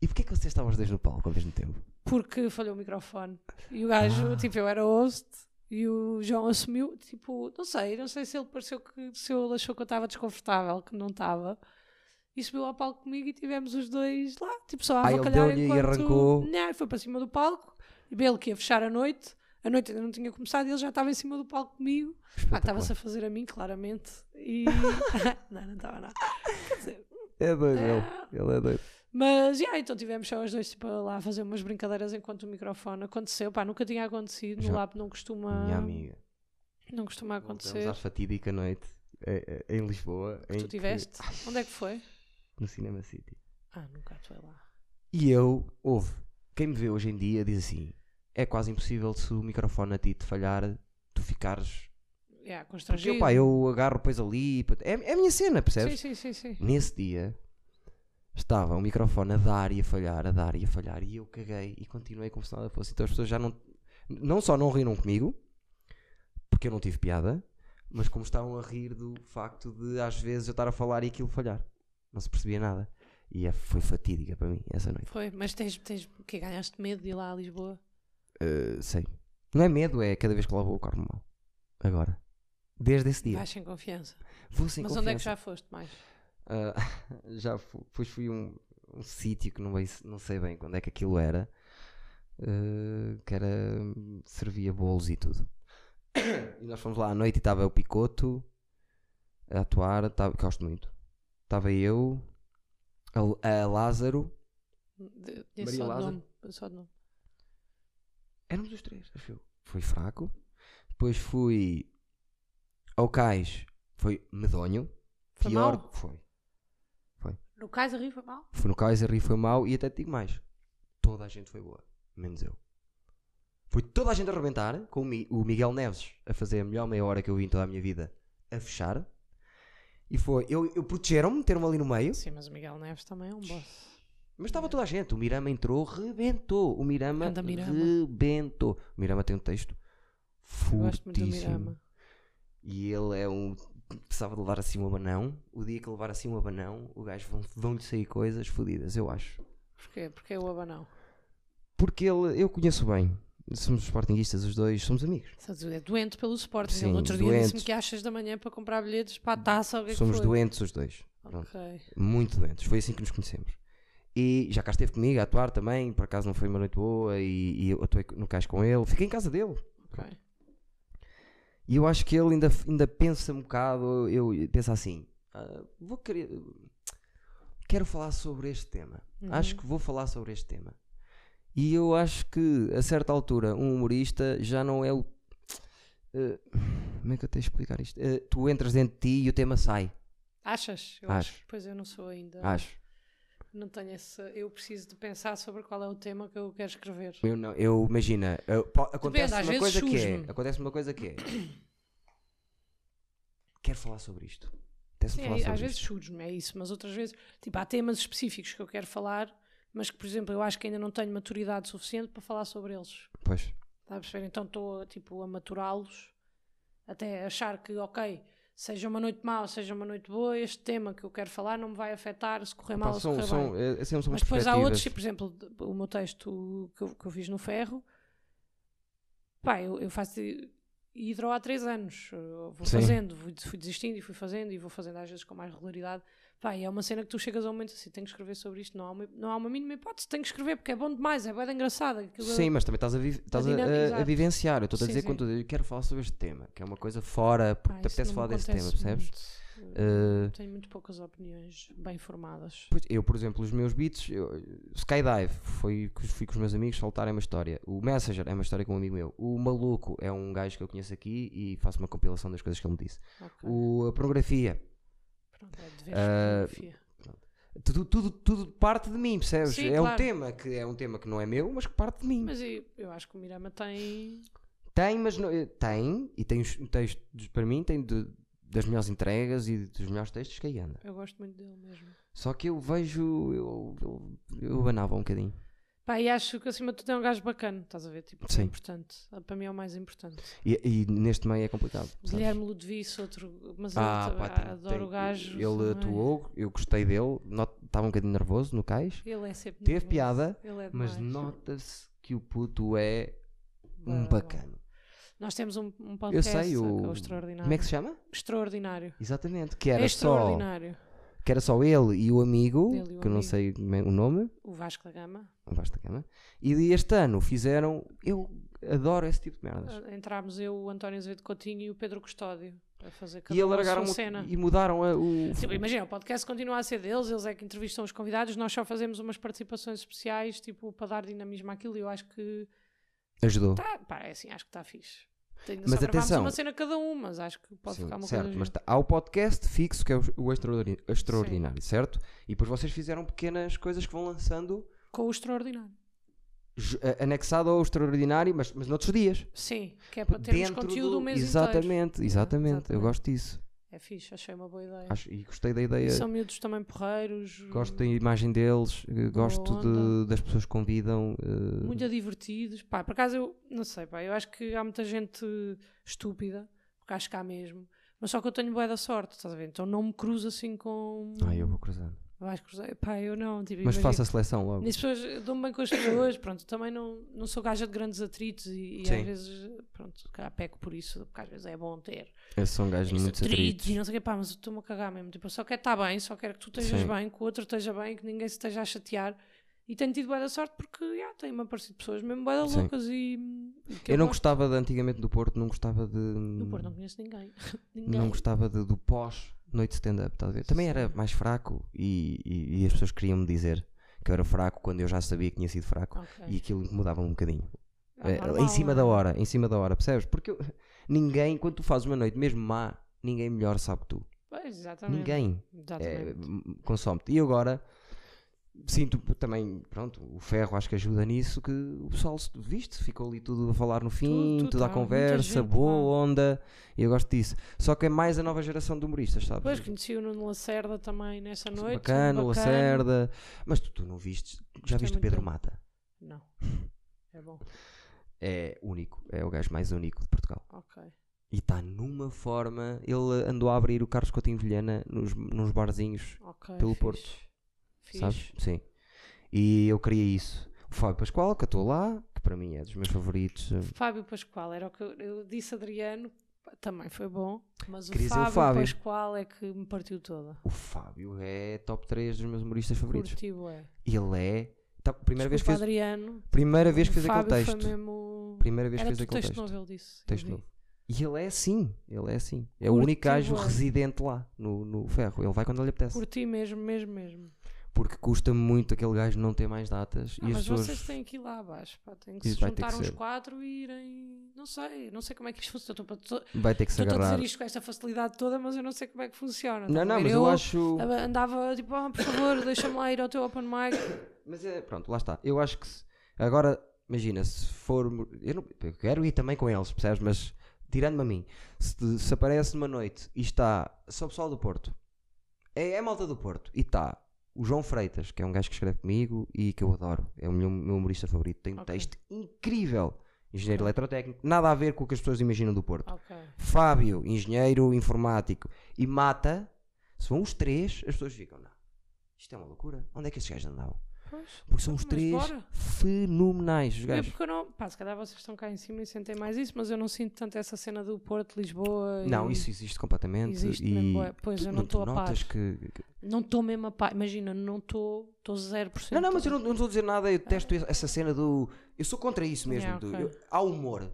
E porquê é que vocês estavam os dois no palco ao mesmo tempo? Porque falhou o microfone. E o gajo, Ah. tipo, eu era host e o João assumiu, tipo, não sei, não sei se ele pareceu que, se ele achou que eu estava desconfortável, que não estava. E subiu ao palco comigo e tivemos os dois lá, tipo, só a Ah, ele avacalhar deu-lhe e enquanto- arrancou. Não, e foi para cima do palco. E bem, ele que ia fechar a noite. A noite ainda não tinha começado e ele já estava em cima do palco comigo. Ah, estava-se a fazer a mim, claramente. E. não, não estava nada. Quer dizer, É doido ele. Ele é doido. mas, yeah, então tivemos só os dois tipo, lá a fazer umas brincadeiras enquanto o microfone aconteceu. Pá, nunca tinha acontecido. Já- No lab não costuma, Minha amiga. não costuma Voltamos à acontecer. fatídica noite eh, eh, em Lisboa. em Tu tiveste? Onde é que foi? No Cinema City. Ah, nunca foi lá. E eu, ouve, quem me vê hoje em dia diz assim: é quase impossível se o microfone a ti te falhar, tu ficares. Yeah, Porque constrangido. eu, pá, eu agarro depois ali. e pat- É, é a minha cena, percebes? sim, sim, sim, sim. Nesse dia estava o microfone a dar e a falhar, a dar e a falhar, e eu caguei e continuei como se nada fosse. Então as pessoas já não. Não só não riram comigo, porque eu não tive piada, mas como estavam a rir do facto de às vezes eu estar a falar e aquilo falhar. Não se percebia nada. E é- foi fatídica para mim essa noite. Foi, mas tens, tens o quê? Ganhaste medo de ir lá a Lisboa? Eh, sei. Não é medo, é cada vez que lá vou o carro mal. Agora. Desde esse dia. Vais sem confiança. Vou sem mas confiança. onde é que já foste mais? Ah, já fu- pois fui a um, um sítio que não, bem- não sei bem quando é que aquilo era, ah, que era hum, servia bolos e tudo. E nós fomos lá à noite e estava o Picoto a atuar, tava, gosto muito. Estava eu, a, a Lázaro, De, de- Maria só, de Lázaro? nome, só de nome. éramos os três, acho eu. Foi fraco. Depois fui ao Cais, foi medonho. Foi Pior mau? que foi. No Cais a Rio foi mal? Fui no Kaiser e foi mau e até te digo mais. Toda a gente foi boa, menos eu. Foi toda a gente a arrebentar, com o Mi- o Miguel Neves a fazer a melhor meia hora que eu vi em toda a minha vida a fechar. E foi, eu, eu protegeram-me, meteram-me ali no meio, Sim, mas o Miguel Neves também é um boss. mas estava toda a gente. O Mirama entrou, rebentou. O Mirama, Anda, Mirama. rebentou. O Mirama tem um texto Eu gosto muito do fortíssimo. Mirama. E ele é um. Precisava de levar assim um abanão. O dia que levar assim um abanão, o gajo vão- vão-lhe sair coisas fodidas, eu acho. Porquê? Porquê o Abanão? Porque ele, eu conheço bem. Somos sportinguistas os dois, somos amigos. Sabes, É doente pelo Sporting. Sim, Ele outro dia doente. disse-me que achas da manhã para comprar bilhetes para a taça. ou O que é que somos foi? doentes os dois. Pronto. Ok. Muito doentes. Foi assim que nos conhecemos. E já cá esteve comigo a atuar também. Por acaso não foi uma noite boa e, e eu atuei no cais com ele. Fiquei em casa dele. ok. E eu acho que ele ainda, ainda pensa um bocado. Eu, eu- pensa assim: "Ah, vou querer. Quero falar sobre este tema. Uhum. Acho que vou falar sobre este tema. E eu acho que, a certa altura, um humorista já não é o. Eh, como é que eu tenho de explicar isto? Eh, tu entras dentro de ti e o tema sai. Achas? Eu Acho. acho. Pois eu não sou ainda. Acho. Não tenho essa. Eu preciso de pensar sobre qual é o tema que eu quero escrever. Eu, não, eu imagina, eu- po- acontece às uma vezes coisa que é. surge-me. Acontece uma coisa que é. Quero falar sobre isto. Apetece-me Sim, falar é- sobre às isto. vezes surge-me, é isso, mas outras vezes, tipo, há temas específicos que eu quero falar, mas que, por exemplo, eu acho que ainda não tenho maturidade suficiente para falar sobre eles. Pois. Está a perceber? Então estou tipo, a maturá-los até achar que, ok, seja uma noite má ou seja uma noite boa, este tema que eu quero falar não me vai afetar se correr Pá, mal ou se são, correr são, bem. é, é sempre são Mas depois há outros, perspectivas. por exemplo, o meu texto que eu, que eu fiz no ferro, pá, eu, eu faço hi- hidro há três anos, Eu vou Sim. fazendo, fui, fui desistindo e fui fazendo e vou fazendo às vezes com mais regularidade. Pá, e é uma cena que tu chegas a um momento assim, tenho que escrever sobre isto, não há uma, não há uma mínima hipótese, tenho que escrever porque é bom demais, é bem engraçado. aquilo é- Sim, mas também estás a, vi- estás a- a- dinâmica, a exato. vivenciar. Eu estou a Sim, dizer sim. quando eu quero falar sobre este tema, que é uma coisa fora, porque Ah, te isso apetece não falar me desse tema, acontece percebes? muito. Eh, Tenho muito poucas opiniões bem formadas. pois, eu, por exemplo, os meus beats, eu, Skydive, foi, que fui com os meus amigos soltar é uma história. O Messenger é uma história com um amigo meu. O Maluco é um gajo que eu conheço aqui e faço uma compilação das coisas que ele me disse. Ok. O, a pornografia, Pronto, é de ver eh, fotografia. tudo, tudo, tudo parte de mim, percebes? Sim, é um claro. tema que é um tema que não é meu, mas que parte de mim. Mas eu, eu acho que o Mirama tem. Tem, mas não, eh, tem, e tem os- um texto de- para mim, tem de, das melhores entregas e dos melhores textos que aí anda. Eu gosto muito dele mesmo. Só que eu vejo, eu, eu, eu banava um bocadinho. Pá, e acho que acima de tudo é um gajo bacana, estás a ver? Tipo, isso Sim. é importante. Ah, Para mim é o mais importante. E, e neste meio é complicado. sabes? Guilherme Ludwice, outro. Mas Ah, eu pá, ah, tem- adoro tem- o gajo. não Ele é? atuou, eu gostei dele, not- estava um bocadinho nervoso no cais, Ele é sempre. teve nervoso. piada, Ele é mas demais. nota-se que o puto é Bué um da bom. bacana. Nós temos um, um Eu podcast sei, saca, o. extraordinário. Como é que se chama? Extraordinário. Exatamente, que É era, só, extraordinário. que era só ele e o amigo, Ele e o que eu não amigo. sei como é o nome, O Vasco da Gama. basta cama, e este ano fizeram. Eu adoro esse tipo de merdas. Ah, Entrámos eu, o António Azevedo Coutinho e o Pedro Custódio a fazer cada E um a alargaram sua o- cena. e mudaram a- o. Tipo, imagina, o podcast continua a ser deles, eles é que entrevistam os convidados, nós só fazemos umas participações especiais, tipo, para dar dinamismo àquilo, e eu acho que Ajudou. tá, pá, é assim, acho que está fixe. Ainda Mas só gravámos atenção. uma cena cada um, mas acho que pode Sim, ficar uma certo, coisa. mas gira. tá- há o podcast fixo que é o, o extraordin- extraordinário, certo? E depois vocês fizeram pequenas coisas que vão lançando Com o extraordinário. ju- a- anexado ao extraordinário, mas, mas noutros dias. Sim, que é para termos Dentro conteúdo do- o mês inteiro. exatamente, exatamente, Yeah, eu exatamente. gosto disso. É fixe, achei uma boa ideia. Acho, e gostei da E ideia. são miúdos também porreiros. Gosto da imagem deles, eh, gosto de- um onda. das pessoas que convidam. eh, muito divertidos. Pá, por acaso eu não sei, pá, eu acho que há muita gente estúpida, porque acho que há mesmo. Mas só que eu tenho boa da sorte, estás a ver? Então não me cruzo assim com. Ai, Ah, eu vou cruzando. Vais cruzar. Pá, eu não. Tipo, Mas assim. imagina- faço a seleção logo. As pessoas, eu dou-me bem com as pessoas, pronto. Também não, não sou gaja de grandes atritos e, e Sim. às vezes, pronto, se calhar peco por isso, porque às vezes é bom ter Eu sou um gajo estes muito atritos, é e atritos. não sei o quê, pá, mas eu estou-me a cagar mesmo. Tipo, eu só quero estar bem, só quero que tu estejas Sim. bem, que o outro esteja bem, que ninguém se esteja a chatear. E tenho tido boa da sorte porque, já, tem me aparecido pessoas mesmo boa da Sim. loucas e. que Eu não gosto. gostava de, antigamente do Porto, não gostava de. No Porto não conheço ninguém. ninguém. não gostava de- do pós noite de stand-up, estás a ver? Também era mais fraco e, e- e as pessoas queriam-me dizer que eu era fraco quando eu já sabia que tinha sido fraco Ok. e aquilo incomodava um bocadinho. Ah, Eh, normal, em cima não é? da hora, em cima da hora, percebes? Porque eu- ninguém, quando tu fazes uma noite mesmo má, ninguém melhor sabe que tu. Pois, exatamente. Ninguém eh, Exatamente. m- consome-te. E agora sinto também, pronto, o ferro acho que ajuda nisso, que o pessoal se- viste, ficou ali tudo a falar no fim, Tudo, tudo à tá, muita conversa, gente, boa onda, e eu gosto disso. Só que é mais a nova geração de humoristas, sabes? Depois conheci o Nuno Lacerda também nessa noite. é bacana, o bacana. Lacerda, mas tu, tu não viste, já Gostei viste o muito Pedro dele. Mata? Não. É bom. É único, é o gajo mais único de Portugal. Ok. E está numa forma. Ele andou a abrir o Carlos Coutinho Vilhena nos, nos barzinhos Ok. Pelo fixe. Porto. Fixe. sabes? Sim. E eu queria isso. O Fábio Pascoal, que eu estou lá, que para mim é dos meus favoritos. Fábio Pascoal, era o que eu, eu disse Adriano, pá, também foi bom, mas o Queria dizer o Fábio, Fábio. Pascoal é que me partiu toda. O Fábio é top 3 dos meus humoristas favoritos. Curti, é. Ele é. Tá, primeira vez que fez, Adriano, primeira vez que o fez aquele Fábio texto. foi mesmo... Primeira vez que Era fez do aquele texto, texto. novo, ele disse. eu Texto vi. novo. E ele é assim, ele é assim. É o Curti único gajo bué. residente lá no, no ferro. Ele vai quando lhe apetece. Curti mesmo, mesmo, mesmo. Porque custa muito aquele gajo não ter mais datas. Ah, e mas as pessoas. vocês têm que ir lá abaixo, pá, têm que se Isso vai ter juntar que uns ser. quatro e irem... Não sei, não sei como é que isto funciona. Estou- Estou Vai ter que se estou a agarrar. dizer isto com esta facilidade toda, mas eu não sei como é que funciona. Não, estás a não, ver? mas eu acho. Andava tipo, ah, por favor, deixa-me lá ir ao teu open mic. Mas é, pronto, lá está. Eu acho que se- agora, imagina, se for. Eu, não- eu quero ir também com eles, percebes? Mas tirando-me a mim, se, te- se aparece numa noite e está só o pessoal do Porto, é, é a malta do Porto, e está o João Freitas, que é um gajo que escreve comigo e que eu adoro, é o meu, meu humorista favorito, tem um Ok. texto incrível. Engenheiro Ok. eletrotécnico, nada a ver com o que as pessoas imaginam do Porto. Ok. Fábio, engenheiro informático, e Mata, se vão os três, as pessoas ficam, não. Isto é uma loucura. Onde é que estes gajos andavam? Pois. Porque são os Então, Mas três bora. fenomenais os É gajos. porque eu não. Pá, se calhar vocês estão cá em cima e sentem mais isso, mas eu não sinto tanto essa cena do Porto, Lisboa. e- Não, isso existe completamente. Existe e mesmo, bué. Pois, tu- eu não tu estou a par. Então, notas que- que- Não estou mesmo a pá. Imagina, não estou. Estou 0%. Não, não, mas eu não não estou a dizer nada. Eu detesto essa cena do. Eu sou contra isso mesmo. Yeah, do- Ah. é, ok. eu- há humor.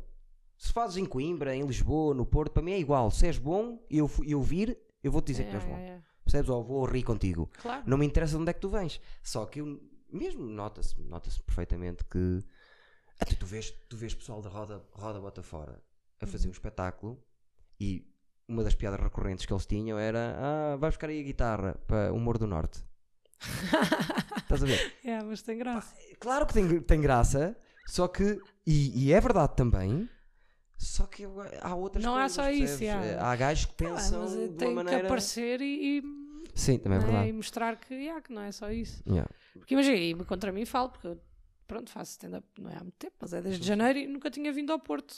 Se fazes em Coimbra, em Lisboa, no Porto, para mim é igual. Se és bom, eu, fu- eu vir, eu vou-te dizer É, que és bom. é, é. Percebes? Ou vou rir contigo. Claro. Não me interessa de onde é que tu vens. Só que eu mesmo nota-se nota-se perfeitamente que até tu vês, tu vês pessoal da roda, roda bota fora a fazer Uhum. um espetáculo e uma das piadas recorrentes que eles tinham era ah, vai buscar aí a guitarra para o Humor do Norte. Estás a ver? É, mas tem graça. Claro que tem, tem graça, só que, e, e é verdade também, Só que eu- há outras Não há coisas, só percebes? isso, já. Eh, Há gajos que Ah, pensam mas de tem uma maneira... que aparecer e, e, Sim, também é né, verdade. e mostrar que, yeah, que não é só isso. Yeah. Porque imagina, e contra mim falo, porque eu, pronto, faço stand-up não é há muito tempo, mas é desde janeiro e nunca tinha vindo ao Porto.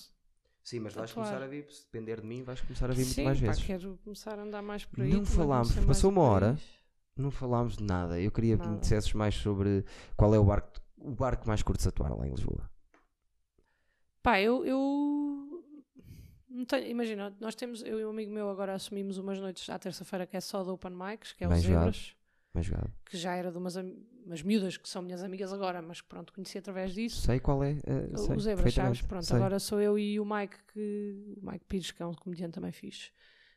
Sim, mas vais Tatuar. começar a vir, se depender de mim, vais começar a vir Sim, muito mais pá, vezes. quero começar a andar mais por aí. Não também falámos, conhecer mais passou uma o hora. país. Não falámos de nada. Eu queria que me Nada. dissesses mais sobre qual é o barco, o barco mais curto de atuar lá em Lisboa. Pá, eu. eu... não tenho- imagina, nós temos, eu e um amigo meu agora assumimos umas noites à terça-feira que é só de open mics, que é Bem os jogado. Zebras, Mais jogado. que já era de umas, am- umas miúdas que são minhas amigas agora, mas que pronto, conheci através disso. Sei qual é. eh, sei, os Zebras, sabes? perfeitamente. Pronto, Sei. agora sou eu e o Mike, que, o Mike Pires, que é um comediante também fixe,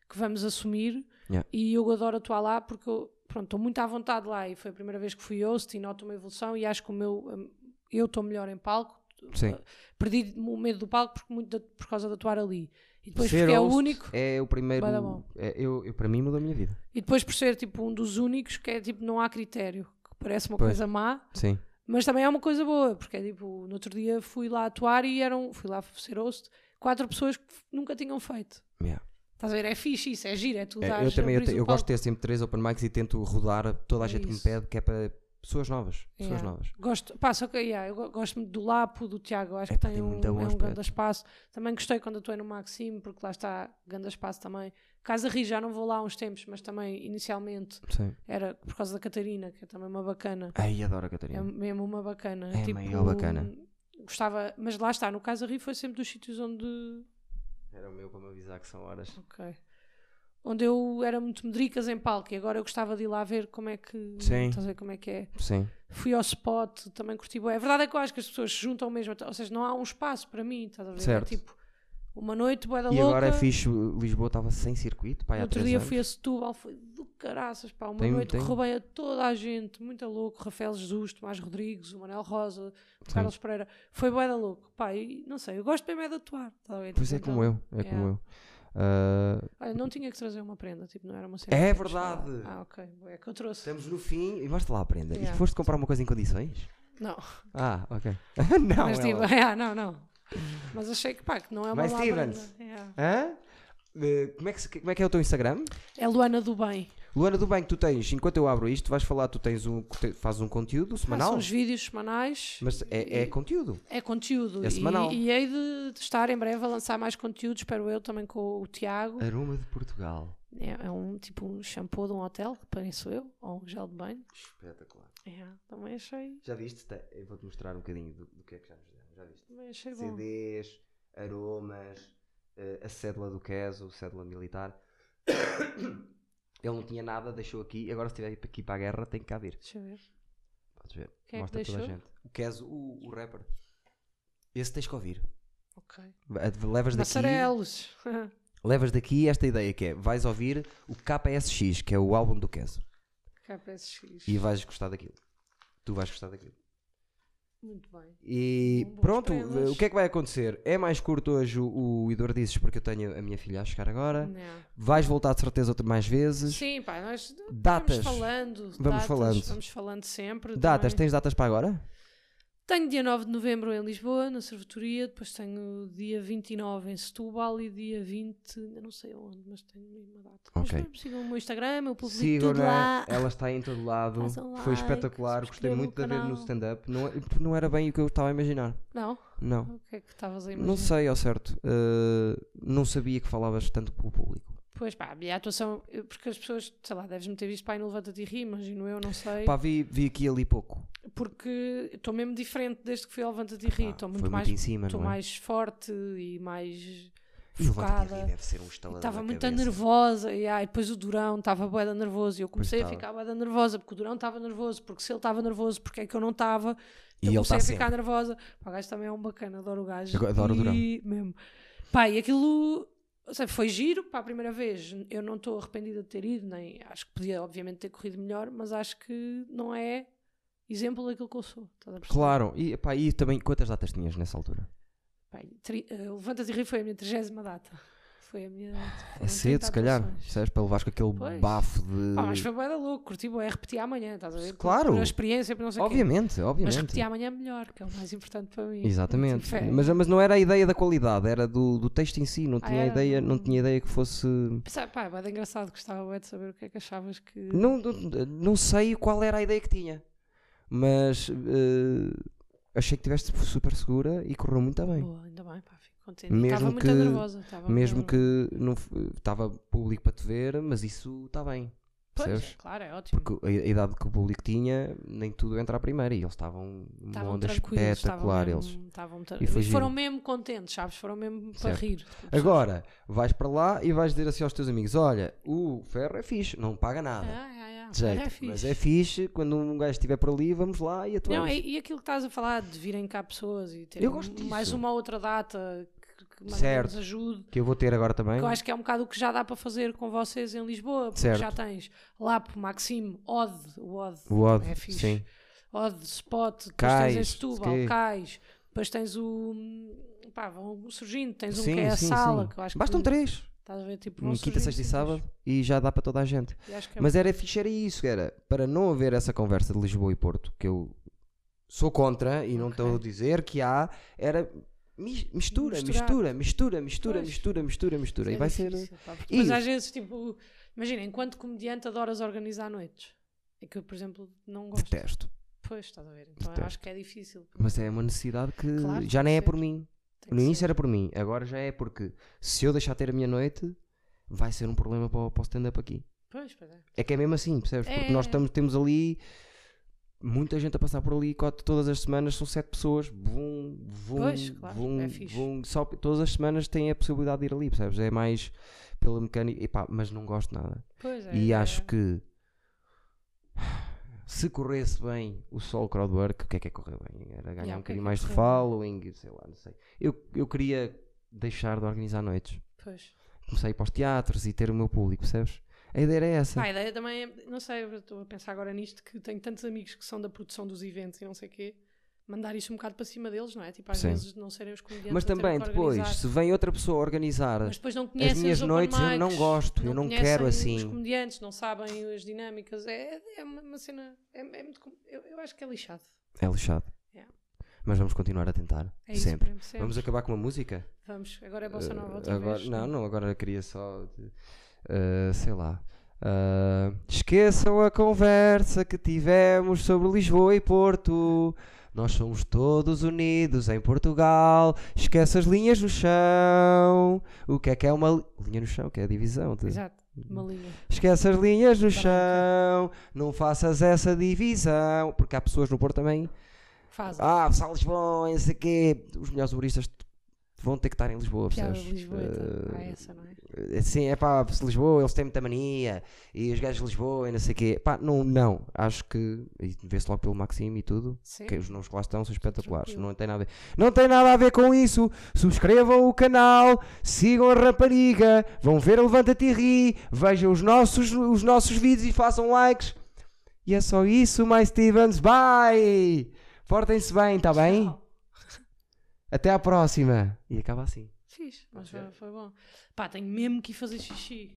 que vamos assumir. Yeah. E eu adoro atuar lá porque eu, pronto, estou muito à vontade lá e foi a primeira vez que fui host e noto uma evolução e acho que o meu, hum, eu estou melhor em palco. Sim. eh, Perdi o medo do palco porque muito da- por causa de atuar ali. E depois Ser porque é o host único. É o primeiro. Bué da bom. é- eu, eu- para mim mudou a minha vida. E depois por ser tipo um dos únicos que é tipo não há critério, que parece uma Pois. coisa má. Sim. Mas também é uma coisa boa, porque é tipo, no outro dia fui lá atuar e eram, fui lá ser host, quatro pessoas que f- nunca tinham feito. Yeah. Estás a ver? É fixe isso, é giro, é tu É, dares, eu também eu, abrires te- o eu gosto de palco. ter sempre três open mics e tento rodar toda a É gente que me isso. pede, que é para pessoas novas. Pessoas Yeah. novas. Gosto, pá, só que, yeah, eu go- gosto muito do Lapo, do Tiago, acho que Epá, tem, tem um, muita é voz, um grande Pedro. espaço. Também gostei quando atuei no Maxime, porque lá está grande espaço também. Casa Rio já não vou lá há uns tempos, mas também inicialmente Sim. era por causa da Catarina, que é também uma bacana. Ai, adoro a É Catarina. mesmo uma bacana. É tipo, maior bacana. Gostava, mas lá está, no Casa Rio foi sempre dos sítios onde Era o meu para me avisar que são horas. Ok. Onde eu era muito medricas em palco e agora eu gostava de ir lá ver como é que. Sim. Estás a ver como é que é? Sim. Fui ao spot, também curti. bué. A verdade é que eu acho que as pessoas se juntam mesmo, ou seja, não há um espaço para mim, estás a ver? Certo. É tipo, uma noite, boé da E Tá louca. agora é fixe, Lisboa estava sem circuito, pá, há No outro três dia anos. fui a Setúbal, foi do caraças, pá, uma Tem- um noite tem. correu bem a toda a gente, muito louco, Rafael Jesus, Tomás Rodrigues, o Manel Rosa, o Sim. Carlos Pereira, foi bué da louco, pá, e não sei, eu gosto mesmo é de atuar, estás a ver? Pois é Então, como eu, é yeah. como eu. Ah, Olha, não tinha que trazer uma prenda, tipo, não era uma cena. É que tínhamos verdade. falado. Ah, ok. É que eu trouxe. estamos no fim e vais-te lá aprender. E Yeah. foste comprar uma coisa em condições? Não, Ah, ok. não, é mas tipo, ela. ah, não, não. Mas achei que pá, que não é uma É. Mas má Stevens. prenda. Yeah. Hã? Eh, como, é que, se- como é que é o teu Instagram? É Luana do Bem. Luana do Bem, tu tens, enquanto eu abro isto, vais falar, tu tens um, te- fazes um conteúdo Faço semanal, uns vídeos semanais. mas é, é conteúdo. É conteúdo. É semanal. E, e hei de de estar em breve a lançar mais conteúdo, espero eu, também com o Tiago. Aroma de Portugal. É, é um tipo um shampoo de um hotel, que pareço eu, ou um gel de banho. Espetacular. Yeah, também achei, Já viste? Te- Eu vou-te mostrar um bocadinho do, do que é que já nos deram. Já viste? também achei bom. CDs, aromas, eh, a cédula do queso, cédula militar. Ele não tinha nada, deixou aqui. Agora, se estiver aqui para a guerra, tem que cá vir. Deixa eu ver. Podes ver. Quem é que Mostra a toda a deixou? gente. O queso, o, o rapper. Esse tens que ouvir. Ok. Levas daqui, Massarelos. levas daqui esta ideia que é: vais ouvir o KSX, que é o álbum do queso, KPSX. e vais gostar daquilo. Tu vais gostar daquilo. Muito bem. E Com boas pronto, prendas. o que é que vai acontecer? É mais curto hoje o, o Idordizes porque eu tenho a minha filha a chegar agora. Yeah. Vais voltar de certeza outra- mais vezes. Sim, pá, nós Datas. Vamos falando. Vamos datas, falando. Vamos falando sempre. Datas, também. tens datas para agora? Tenho dia 9 de novembro em Lisboa, na Servatoria. Depois tenho dia 29 em Setúbal e dia 20, eu não sei onde, mas tenho mesmo uma data. Mas Ok. pronto, sigam o meu Instagram, eu publico tudo Sigam-na, lá. né? é ela está em todo lado. Façam Foi like, espetacular, gostei subscrevam muito o de a ver no canal. stand-up. Não, é- não era bem o que eu estava a imaginar. Não? Não, O que é que estavas a não imaginar? sei ao certo. Uh, não sabia que falavas tanto para o público. Pois pá, a minha atuação, eu- porque as pessoas, sei lá, deves-me ter visto, pá, e não levanta-te e ri, imagino eu, não sei. Pá, vi, vi aqui e ali pouco. Porque estou mesmo diferente desde que fui ao Levanta-te e ri. Ah, Estou foi muito mais, muito em cima, estou não é? mais forte e mais E o Levanta-te e focada. Ri deve ser um estalador. Estava na muito cabeça. nervosa, e ai, depois o Durão estava boeda nervoso, e eu comecei a estava. ficar boeda nervosa, porque o Durão estava nervoso, porque se ele estava nervoso, porque é que eu não estava? E Eu ele tá está comecei a ficar nervosa. Pá, o gajo também é um bacana, adoro o gajo. Eu adoro o e... Durão. Mesmo. Pá, e aquilo ou seja, foi giro para a primeira vez. Eu não estou arrependida de ter ido, nem acho que podia, obviamente, ter corrido melhor, mas acho que não é exemplo daquilo que eu sou. Estás a perceber? Claro, e, pá, e também quantas datas tinhas nessa altura? Pá, e tri- eh, Levanta-te e ri foi a minha trigésima data. Foi a minha. É foram cedo, 30 se calhar. atuações. Percebes? Para levar com aquele Pois. bafo de. Pá, mas foi bué da louco, curti bué, repetir amanhã, estás a ver? Por- Claro. Por experiência, por não sei o quê. obviamente, Mas obviamente. repetir amanhã é melhor, que é o mais importante para mim. Tipo, é, Exatamente. Fé. Mas, mas não era a ideia da qualidade, era do, do texto em si. Não Ah, tinha, era ideia, do- não tinha ideia que fosse. Pensava, pá, é bué de engraçado, gostava bué de saber o que é que achavas que... Não, não, não sei qual era a ideia que tinha, mas eh, achei que estiveste super segura e correu muito bem. Boa, ainda bem, pá, fico contente. Mesmo Estava muito que- nervosa. estava muito Mesmo nervosa. que não f- estava público para te ver, mas isso está bem. Pois, Percebes? é, claro, é ótimo. Porque a a idade que o público tinha, nem tudo entra à primeira. E eles estavam numa Estavam onda tranquilos, espetacular. estavam Eles. mesmo- estavam E tranquilos. foi foram giro. mesmo contentes, sabes? Foram mesmo para Certo. rir. Agora, vais para lá e vais dizer assim aos teus amigos: Olha, o ferro é fixe, não paga nada. Ah, ah, ah, De jeito. é fixe. Mas é fixe quando um gajo estiver por ali, vamos lá e Não, é atuamos. e, e aquilo que estás a falar de virem cá pessoas e ter Eu gosto disso. mais uma outra data que, que mais Certo. nos ajude. Que eu vou ter agora também. Que eu acho que é um bocado o que já dá para fazer com vocês em Lisboa, porque Certo. já tens Lapo, Maxime, Ode, o Ode, O odd, é fixe. sim. Ode, Spot, depois Cais, tens esse tubo, Sequê. Cais, depois tens o. pá, vão surgindo, tens um sim, que é a sim, sala, sim. que eu acho Bastam que. três. Estás a ver, tipo, vão Um Quinta, surgindo sexta e sítios. sábado e já dá para toda a gente. E acho que é Mas era fixe, era isso, era para não haver essa conversa de Lisboa e Porto, que eu sou contra e não Ok. estou a dizer que há, era mis- mistura, mistura, Misturar. mistura, mistura, Pois. é mistura, mistura, mistura. E vai ser. difícil, pá, porque depois E- às vezes, tipo, imagina, enquanto comediante adoras organizar noites. É que eu, por exemplo, não gosto. Detesto. Pois, estás a ver? Então eu Detesto. acho que é difícil. Mas é uma necessidade que Claro, já tem nem que é por ser. mim. Tem que No início ser. era por mim, agora já é porque se eu deixar ter a minha noite, vai ser um problema para o, para o stand-up aqui. Pois, pois é. É que é mesmo assim, percebes? Porque É. nós estamos, temos ali muita gente a passar por ali, co- todas as semanas são sete pessoas, bum, bum, Pois, claro, bum, é fixe. bum, só, todas as semanas têm a possibilidade de ir ali, percebes? É mais pela mecânica, epá, mas não gosto nada. Pois é. e é, acho é. que se corresse bem o solo crowdwork, o que é que é correr bem? Era ganhar Yeah, um o que é que é bocadinho mais de correr bem? following, sei lá, não sei. Eu, eu queria deixar de organizar noites. Pois. Comecei a ir para os teatros e ter o meu público, percebes? A ideia era essa. Pá, a ideia também é, não sei, eu estou a pensar agora nisto, que tenho tantos amigos que são da produção dos eventos e não sei o quê, mandar isto um bocado para cima deles, não é? Tipo, às Sim. vezes não serem os comediantes Mas a terem também é que depois, organizar. se vem outra pessoa organizar, Mas depois não conhecem as minhas os open noites, eu não mics, gosto, eu não conhecem quero Os assim. comediantes não sabem as dinâmicas, é, é uma, uma cena. É, é muito, com- eu, eu acho que é lixado. É lixado. Yeah. Mas vamos continuar a tentar. É isso sempre. mesmo, sempre. Vamos Vamos, acabar com uma música? agora é Bossa Nova Eh, outra agora- vez. Não, não, agora eu queria só. eh, sei lá. Ah, esqueçam a conversa que tivemos sobre Lisboa e Porto. Nós somos todos unidos em Portugal. Esquece as linhas no chão. O que é que é uma li- linha no chão? Que é a divisão. de- Exato, uma linha. Esquece as linhas no Branca. chão. Não faças essa divisão. Porque há pessoas no Porto também Faz. ah, pessoal de Lisboa, não sei quê. Os melhores humoristas t- vão ter que estar em Lisboa, Piada percebes? de Lisboa, então. Ah, Eh, essa, não é? eh, Sim, é pá, se Lisboa, eles têm muita mania. E os gajos de Lisboa e não sei quê. Pá, não, não. Acho que. e Vê-se logo pelo Maxime e tudo. Sim. Que os nomes que lá estão são espetaculares. Tranquilo. Não tem nada a ver. Não tem nada a ver com isso. Subscrevam o canal, sigam a rapariga, vão ver a Levanta-te e ri, vejam os nossos, os nossos vídeos e façam likes. E é só isso, mais Stevens. Bye! Portem-se bem, tá bem? Tchau. Até à próxima. E acaba assim. Fiz, mas Pode ser. foi, foi bom. Pá, tenho mesmo que ir fazer xixi.